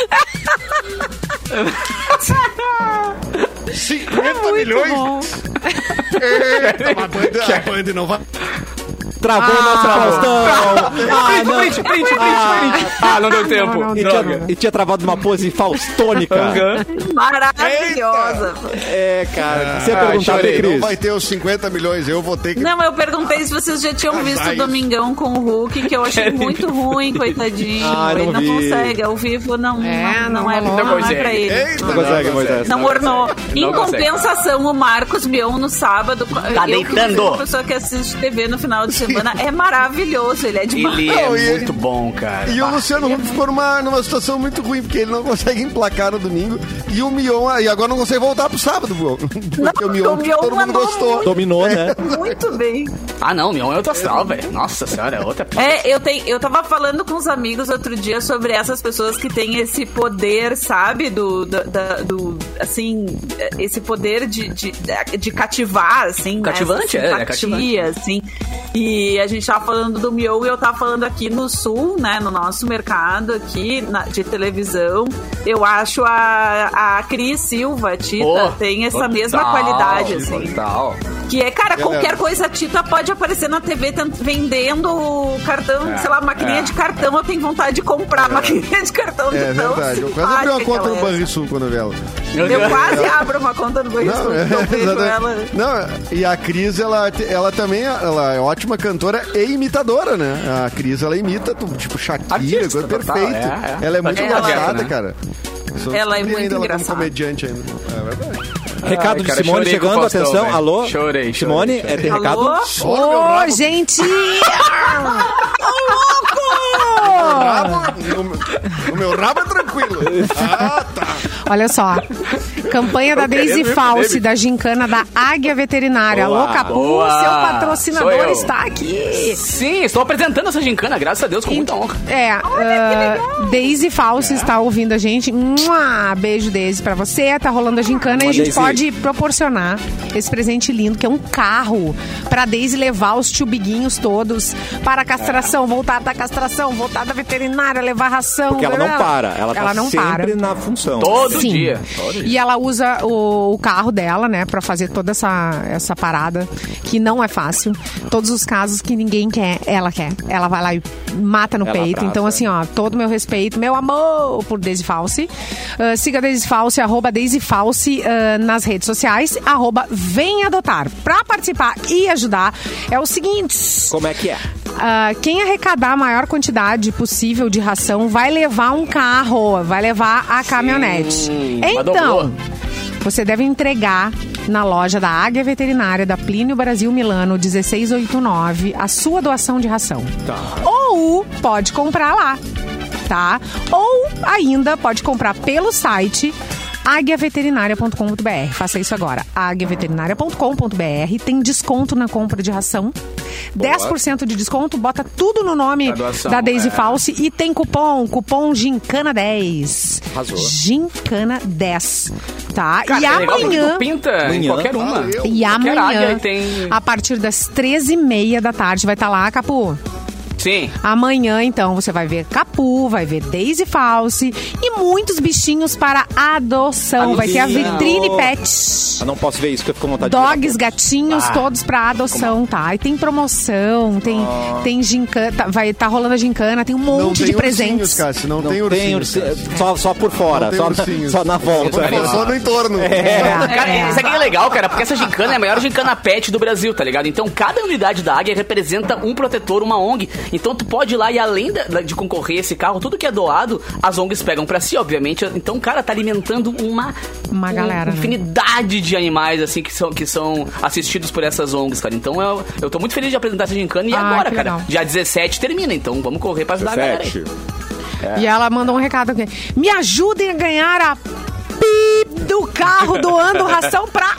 É
50 milhões? Eita, mas a Band, a Band não vai.
Travou o nosso Faustão. Ah, não
print, print, print, print. Ah, não deu tempo.
não,
E
Droga.
tinha, e tinha travado uma pose faustônica.
Aham.
Maravilhosa.
é, cara. Você ia
Ah,
perguntar,
chorei.
né,
Não
Cris?
vai ter os 50 milhões, eu vou ter que.
Não, eu perguntei se vocês já tinham visto o
isso.
Domingão com o Hulk, que eu achei muito ruim, coitadinho.
Ah, não
ele não
vi.
consegue, ao vivo não
É,
não, não é,
não
não, é
consegue.
pra ele.
Eita,
Não consegue, Moisés.
Não ornou. Em
consegue.
compensação, o Marcos Mion no sábado. Tá
deitando.
Uma pessoa que assiste TV no final de semana é maravilhoso. Ele é demais.
Ele
Não, e-
é muito bom, cara.
E o Luciano Huck ficou numa, numa situação muito ruim, porque ele não consegue emplacar no domingo. E o Mion, e agora não consegue voltar pro sábado, pô. Porque o Mion,
o Mion
todo mundo
mandou
gostou.
Dominou, né?
*laughs* Muito bem.
Ah, não, Mion é outro astral, velho. Nossa senhora, é outra.
É, eu, tenho, eu tava falando com os amigos outro dia sobre essas pessoas que têm esse poder, sabe? Do, da- da- do, assim, eh, esse poder de, de, de cativar, assim.
Cativante,
né? Essa
é, é
simpatia, assim. E a gente tava falando do Mion e eu tava falando aqui no Sul, né? No nosso mercado aqui na- de televisão. Eu acho a, a Cris Silva, a Tita,
Oh,
tem essa
total,
mesma qualidade, assim.
Total.
Que é, cara,
Ela-
qualquer coisa a Tita pode aparecer na TV tent- vendendo o cartão, sei lá, maquininha
é.
de cartão. Eu tenho vontade de comprar maquininha de cartão
É
de tão
verdade. Eu quase abri
simpática
uma conta
que
no
ela é.
Banrisul quando eu vi ela.
Eu quase abro uma conta no Banrisul.
Não,
Não,
é,
*laughs*
*laughs*
eu vejo
exatamente.
ela.
Não, e a Cris, ela, te- ela também ela é ótima cantora e imitadora, né? A Cris, ela imita, tu- tipo, Shakira,
Artista
coisa
total,
perfeita.
é, é.
Ela é muito
Ela-
engraçada,
né?
cara. Sou
Ela é
surpreendida
muito
ela
engraçada.
como comediante ainda. É verdade.
Recado
Ai,
de
cara,
Simone
chorei com o
chegando,
Faustão,
atenção.
velho.
Alô?
Chorei, chorei,
Simone,
chorei.
é, tem recado?
Alô?
Olha, meu
Ô,
bravo.
gente!
Bravo, o meu- o meu rabo é tranquilo. Ah, tá.
Olha só. Campanha da Daisy
querendo ir
False,
dele.
da Gincana da Águia Veterinária.
Boa,
Alô, Capu,
boa.
seu
Sou
patrocinador
eu.
está aqui.
Sim, estou apresentando essa gincana, graças a Deus, com muita honra.
É, ah, Daisy Falso está ouvindo a gente. Mua, beijo, Daisy, pra você. Tá rolando a gincana e a gente
Daisy.
pode proporcionar esse presente lindo, que é um carro pra Daisy levar os tchubiguinhos todos para a castração, voltar da castração, voltar da veterinária, levar ração.
Porque ela
blá,
não
blá, blá.
para. Ela, tá
não
sempre
para.
na função.
Todo
Sim.
dia. Todo dia.
E ela usa o, o carro dela, né, pra fazer toda essa, essa parada, que não é fácil. Todos os casos que ninguém quer, ela quer. Ela vai lá e mata no
Ela
peito.
abraça.
Então, assim, ó, todo meu respeito, meu amor por Daisy False. Ah, siga Daisy False, arroba Daisy False ah, nas redes sociais, arroba Vem Adotar. Pra participar e ajudar, é o seguinte...
Como é que é?
Ah, quem arrecadar a maior quantidade possível de ração vai levar um carro, vai levar a caminhonete.
uma
então,
dobrou.
você deve entregar na loja da Águia Veterinária da Plínio Brasil Milano 1689 a sua doação de ração.
Tá.
Ou pode comprar lá, tá? Ou ainda pode comprar pelo site aguiaveterinária.com.br. Faça isso agora. aguiaveterinária.com.br tem desconto na compra de ração. 10% de desconto, bota tudo no nome
A doação,
da Daisy
é.
False e tem cupom, cupom Gincana10.
Arrasou.
Gincana10, tá?
Cara,
e
é legal porque
amanhã
tu pinta em
Amanhã.
qualquer uma.
Valeu.
e
Qualquer águia
amanhã,
aí tem...
a partir das 13h30 da tarde, vai estar lá, Capu.
Sim.
Amanhã, então, você vai ver Capu, vai ver Daisy False e muitos bichinhos para adoção. Vai ter a
Alucinado.
vitrine
Eu
pet.
não posso ver isso, que eu fico com vontade
Dogs,
de...
gatinhos,
Ah,
todos para adoção, tá? E tem promoção, tem, tem gincana, tá- vai tá rolando a gincana, tem um monte
Não
de
tem
presentes.
ursinhos, Cássio. Não,
Não
tem ursinhos.
ursi-
Cássio.
Só, só por fora,
Não tem
só, na,
ursinhos.
só na volta.
Só no entorno.
É.
Cara, isso aqui é legal, cara, porque essa gincana é a maior gincana pet do Brasil, tá ligado? Então, cada unidade da Águia representa um protetor, uma ONG. Então, tu pode ir lá e além da- da- de concorrer a esse carro, tudo que é doado, as ONGs pegam pra si, obviamente. Então, cara, tá alimentando uma... um
Uma galera, né?
Infinidade de animais, assim, que são, que são assistidos por essas ONGs, cara. Então, eu, eu tô muito feliz de apresentar essa gincana. E
Ah,
agora,
que
cara,
legal.
dia 17 termina. Então, vamos correr pra ajudar a galera aí. é-
E ela mandou um recado aqui. Me ajudem a ganhar a PIP do carro doando ração pra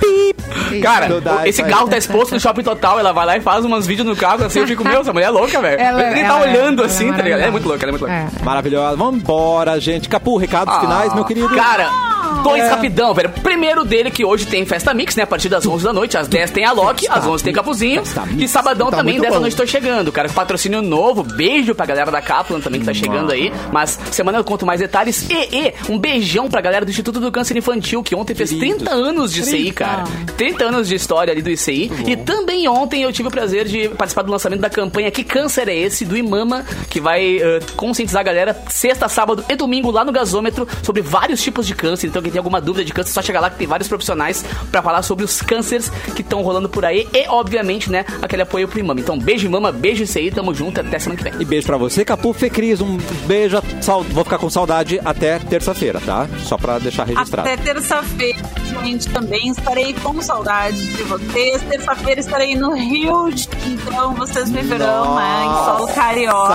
PIP.
Cara,
Isso, dá,
esse
vai.
carro tá exposto no shopping total, ela vai lá e faz uns vídeos no carro, assim, eu fico, meu, essa mulher é louca, velho.
Ela-
Ele tá
ela é-
olhando
ela é
assim, tá ligado? Ela é muito
maravilhosa.
louca, ela é muito louca.
É.
Maravilhosa. Vambora, gente. Capu, recados
Ah,
finais, meu querido.
Cara, Dois
É.
rapidão, velho. Primeiro dele que hoje tem Festa Mix, né? A partir das 11 da noite. Às 10 tem a Loki, às 11 tem Capuzinho. E sabadão
Tá
também,
muito
10 da
bom.
noite, tô chegando, cara. Patrocínio novo. Beijo pra galera da Kaplan também que tá chegando aí. Mas semana eu conto mais detalhes. E, e um beijão pra galera do Instituto do Câncer Infantil, que ontem fez 30 anos de ICI, cara. 30 anos de história ali do ICI. E também ontem eu tive o prazer de participar do lançamento da campanha Que Câncer é Esse? do Imama, que vai eh, conscientizar a galera sexta, sábado e domingo lá no gasômetro sobre vários tipos de câncer. Então, quem tem alguma dúvida de câncer, é só chegar lá que tem vários profissionais pra falar sobre os cânceres que estão rolando por aí. E, obviamente, né, aquele apoio pro Imama. Então, beijo, Imama, beijo ICI, tamo junto, até semana que vem.
E beijo pra você, Capu Fecris. Um beijo. a- sal- Vou ficar com saudade até terça-feira, tá? Só pra deixar registrado.
Até terça-feira, gente, também estarei com saudade de vocês. Terça-feira estarei no Rio, então vocês me verão lá em solo carioca.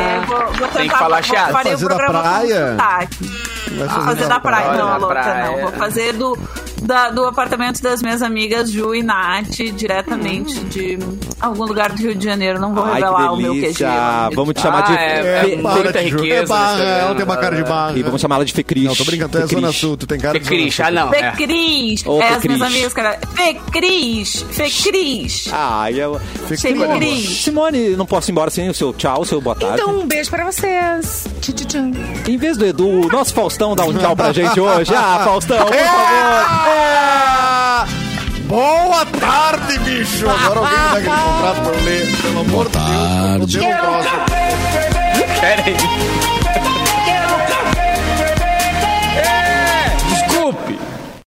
É, vou, vou tentar
Tem que falar chato.
Farei o
Fazer da
programa
praia?
com sotaque.
Vai
Vou fazer
um
da Ah, praia,
praia.
não,
Da
louca,
praia.
não. Vou fazer do, da- do apartamento das minhas amigas Ju e Nath, diretamente de algum lugar do Rio de Janeiro. Não vou
Ai,
revelar o
que
meu
delícia.
queijinho.
Vamos te chamar de...
Ah, é
Fe-
muita
barra, te juro.
riqueza né?
É barra,
nesse
ela tem uma
programa,
cara de barra.
E vamos chamá-la de Fecris.
Não, tô brincando, tu é
Fecris.
Zona Sul, tu tem cara de Zona
Fecris,
Sul.
ah não. é.
Fecris.
Ô,
é, as
Fecris.
minhas amigas, cara. Fecris. Fecris.
Ai, eu...
Fecris.
Ah, Simone, não posso ir embora sem o seu tchau, o seu boa tarde.
Então, um beijo pra vocês. Tchau, tchau, tchau.
Em vez do Edu, o nosso Faustão dá um tchau pra gente hoje. Ah, Faustão,
É!
por favor.
É! Boa tarde, bicho! Agora alguém me dá aquele contrato pra eu ler. Pelo amor de Deus, eu odeio o próximo.
Pera aí.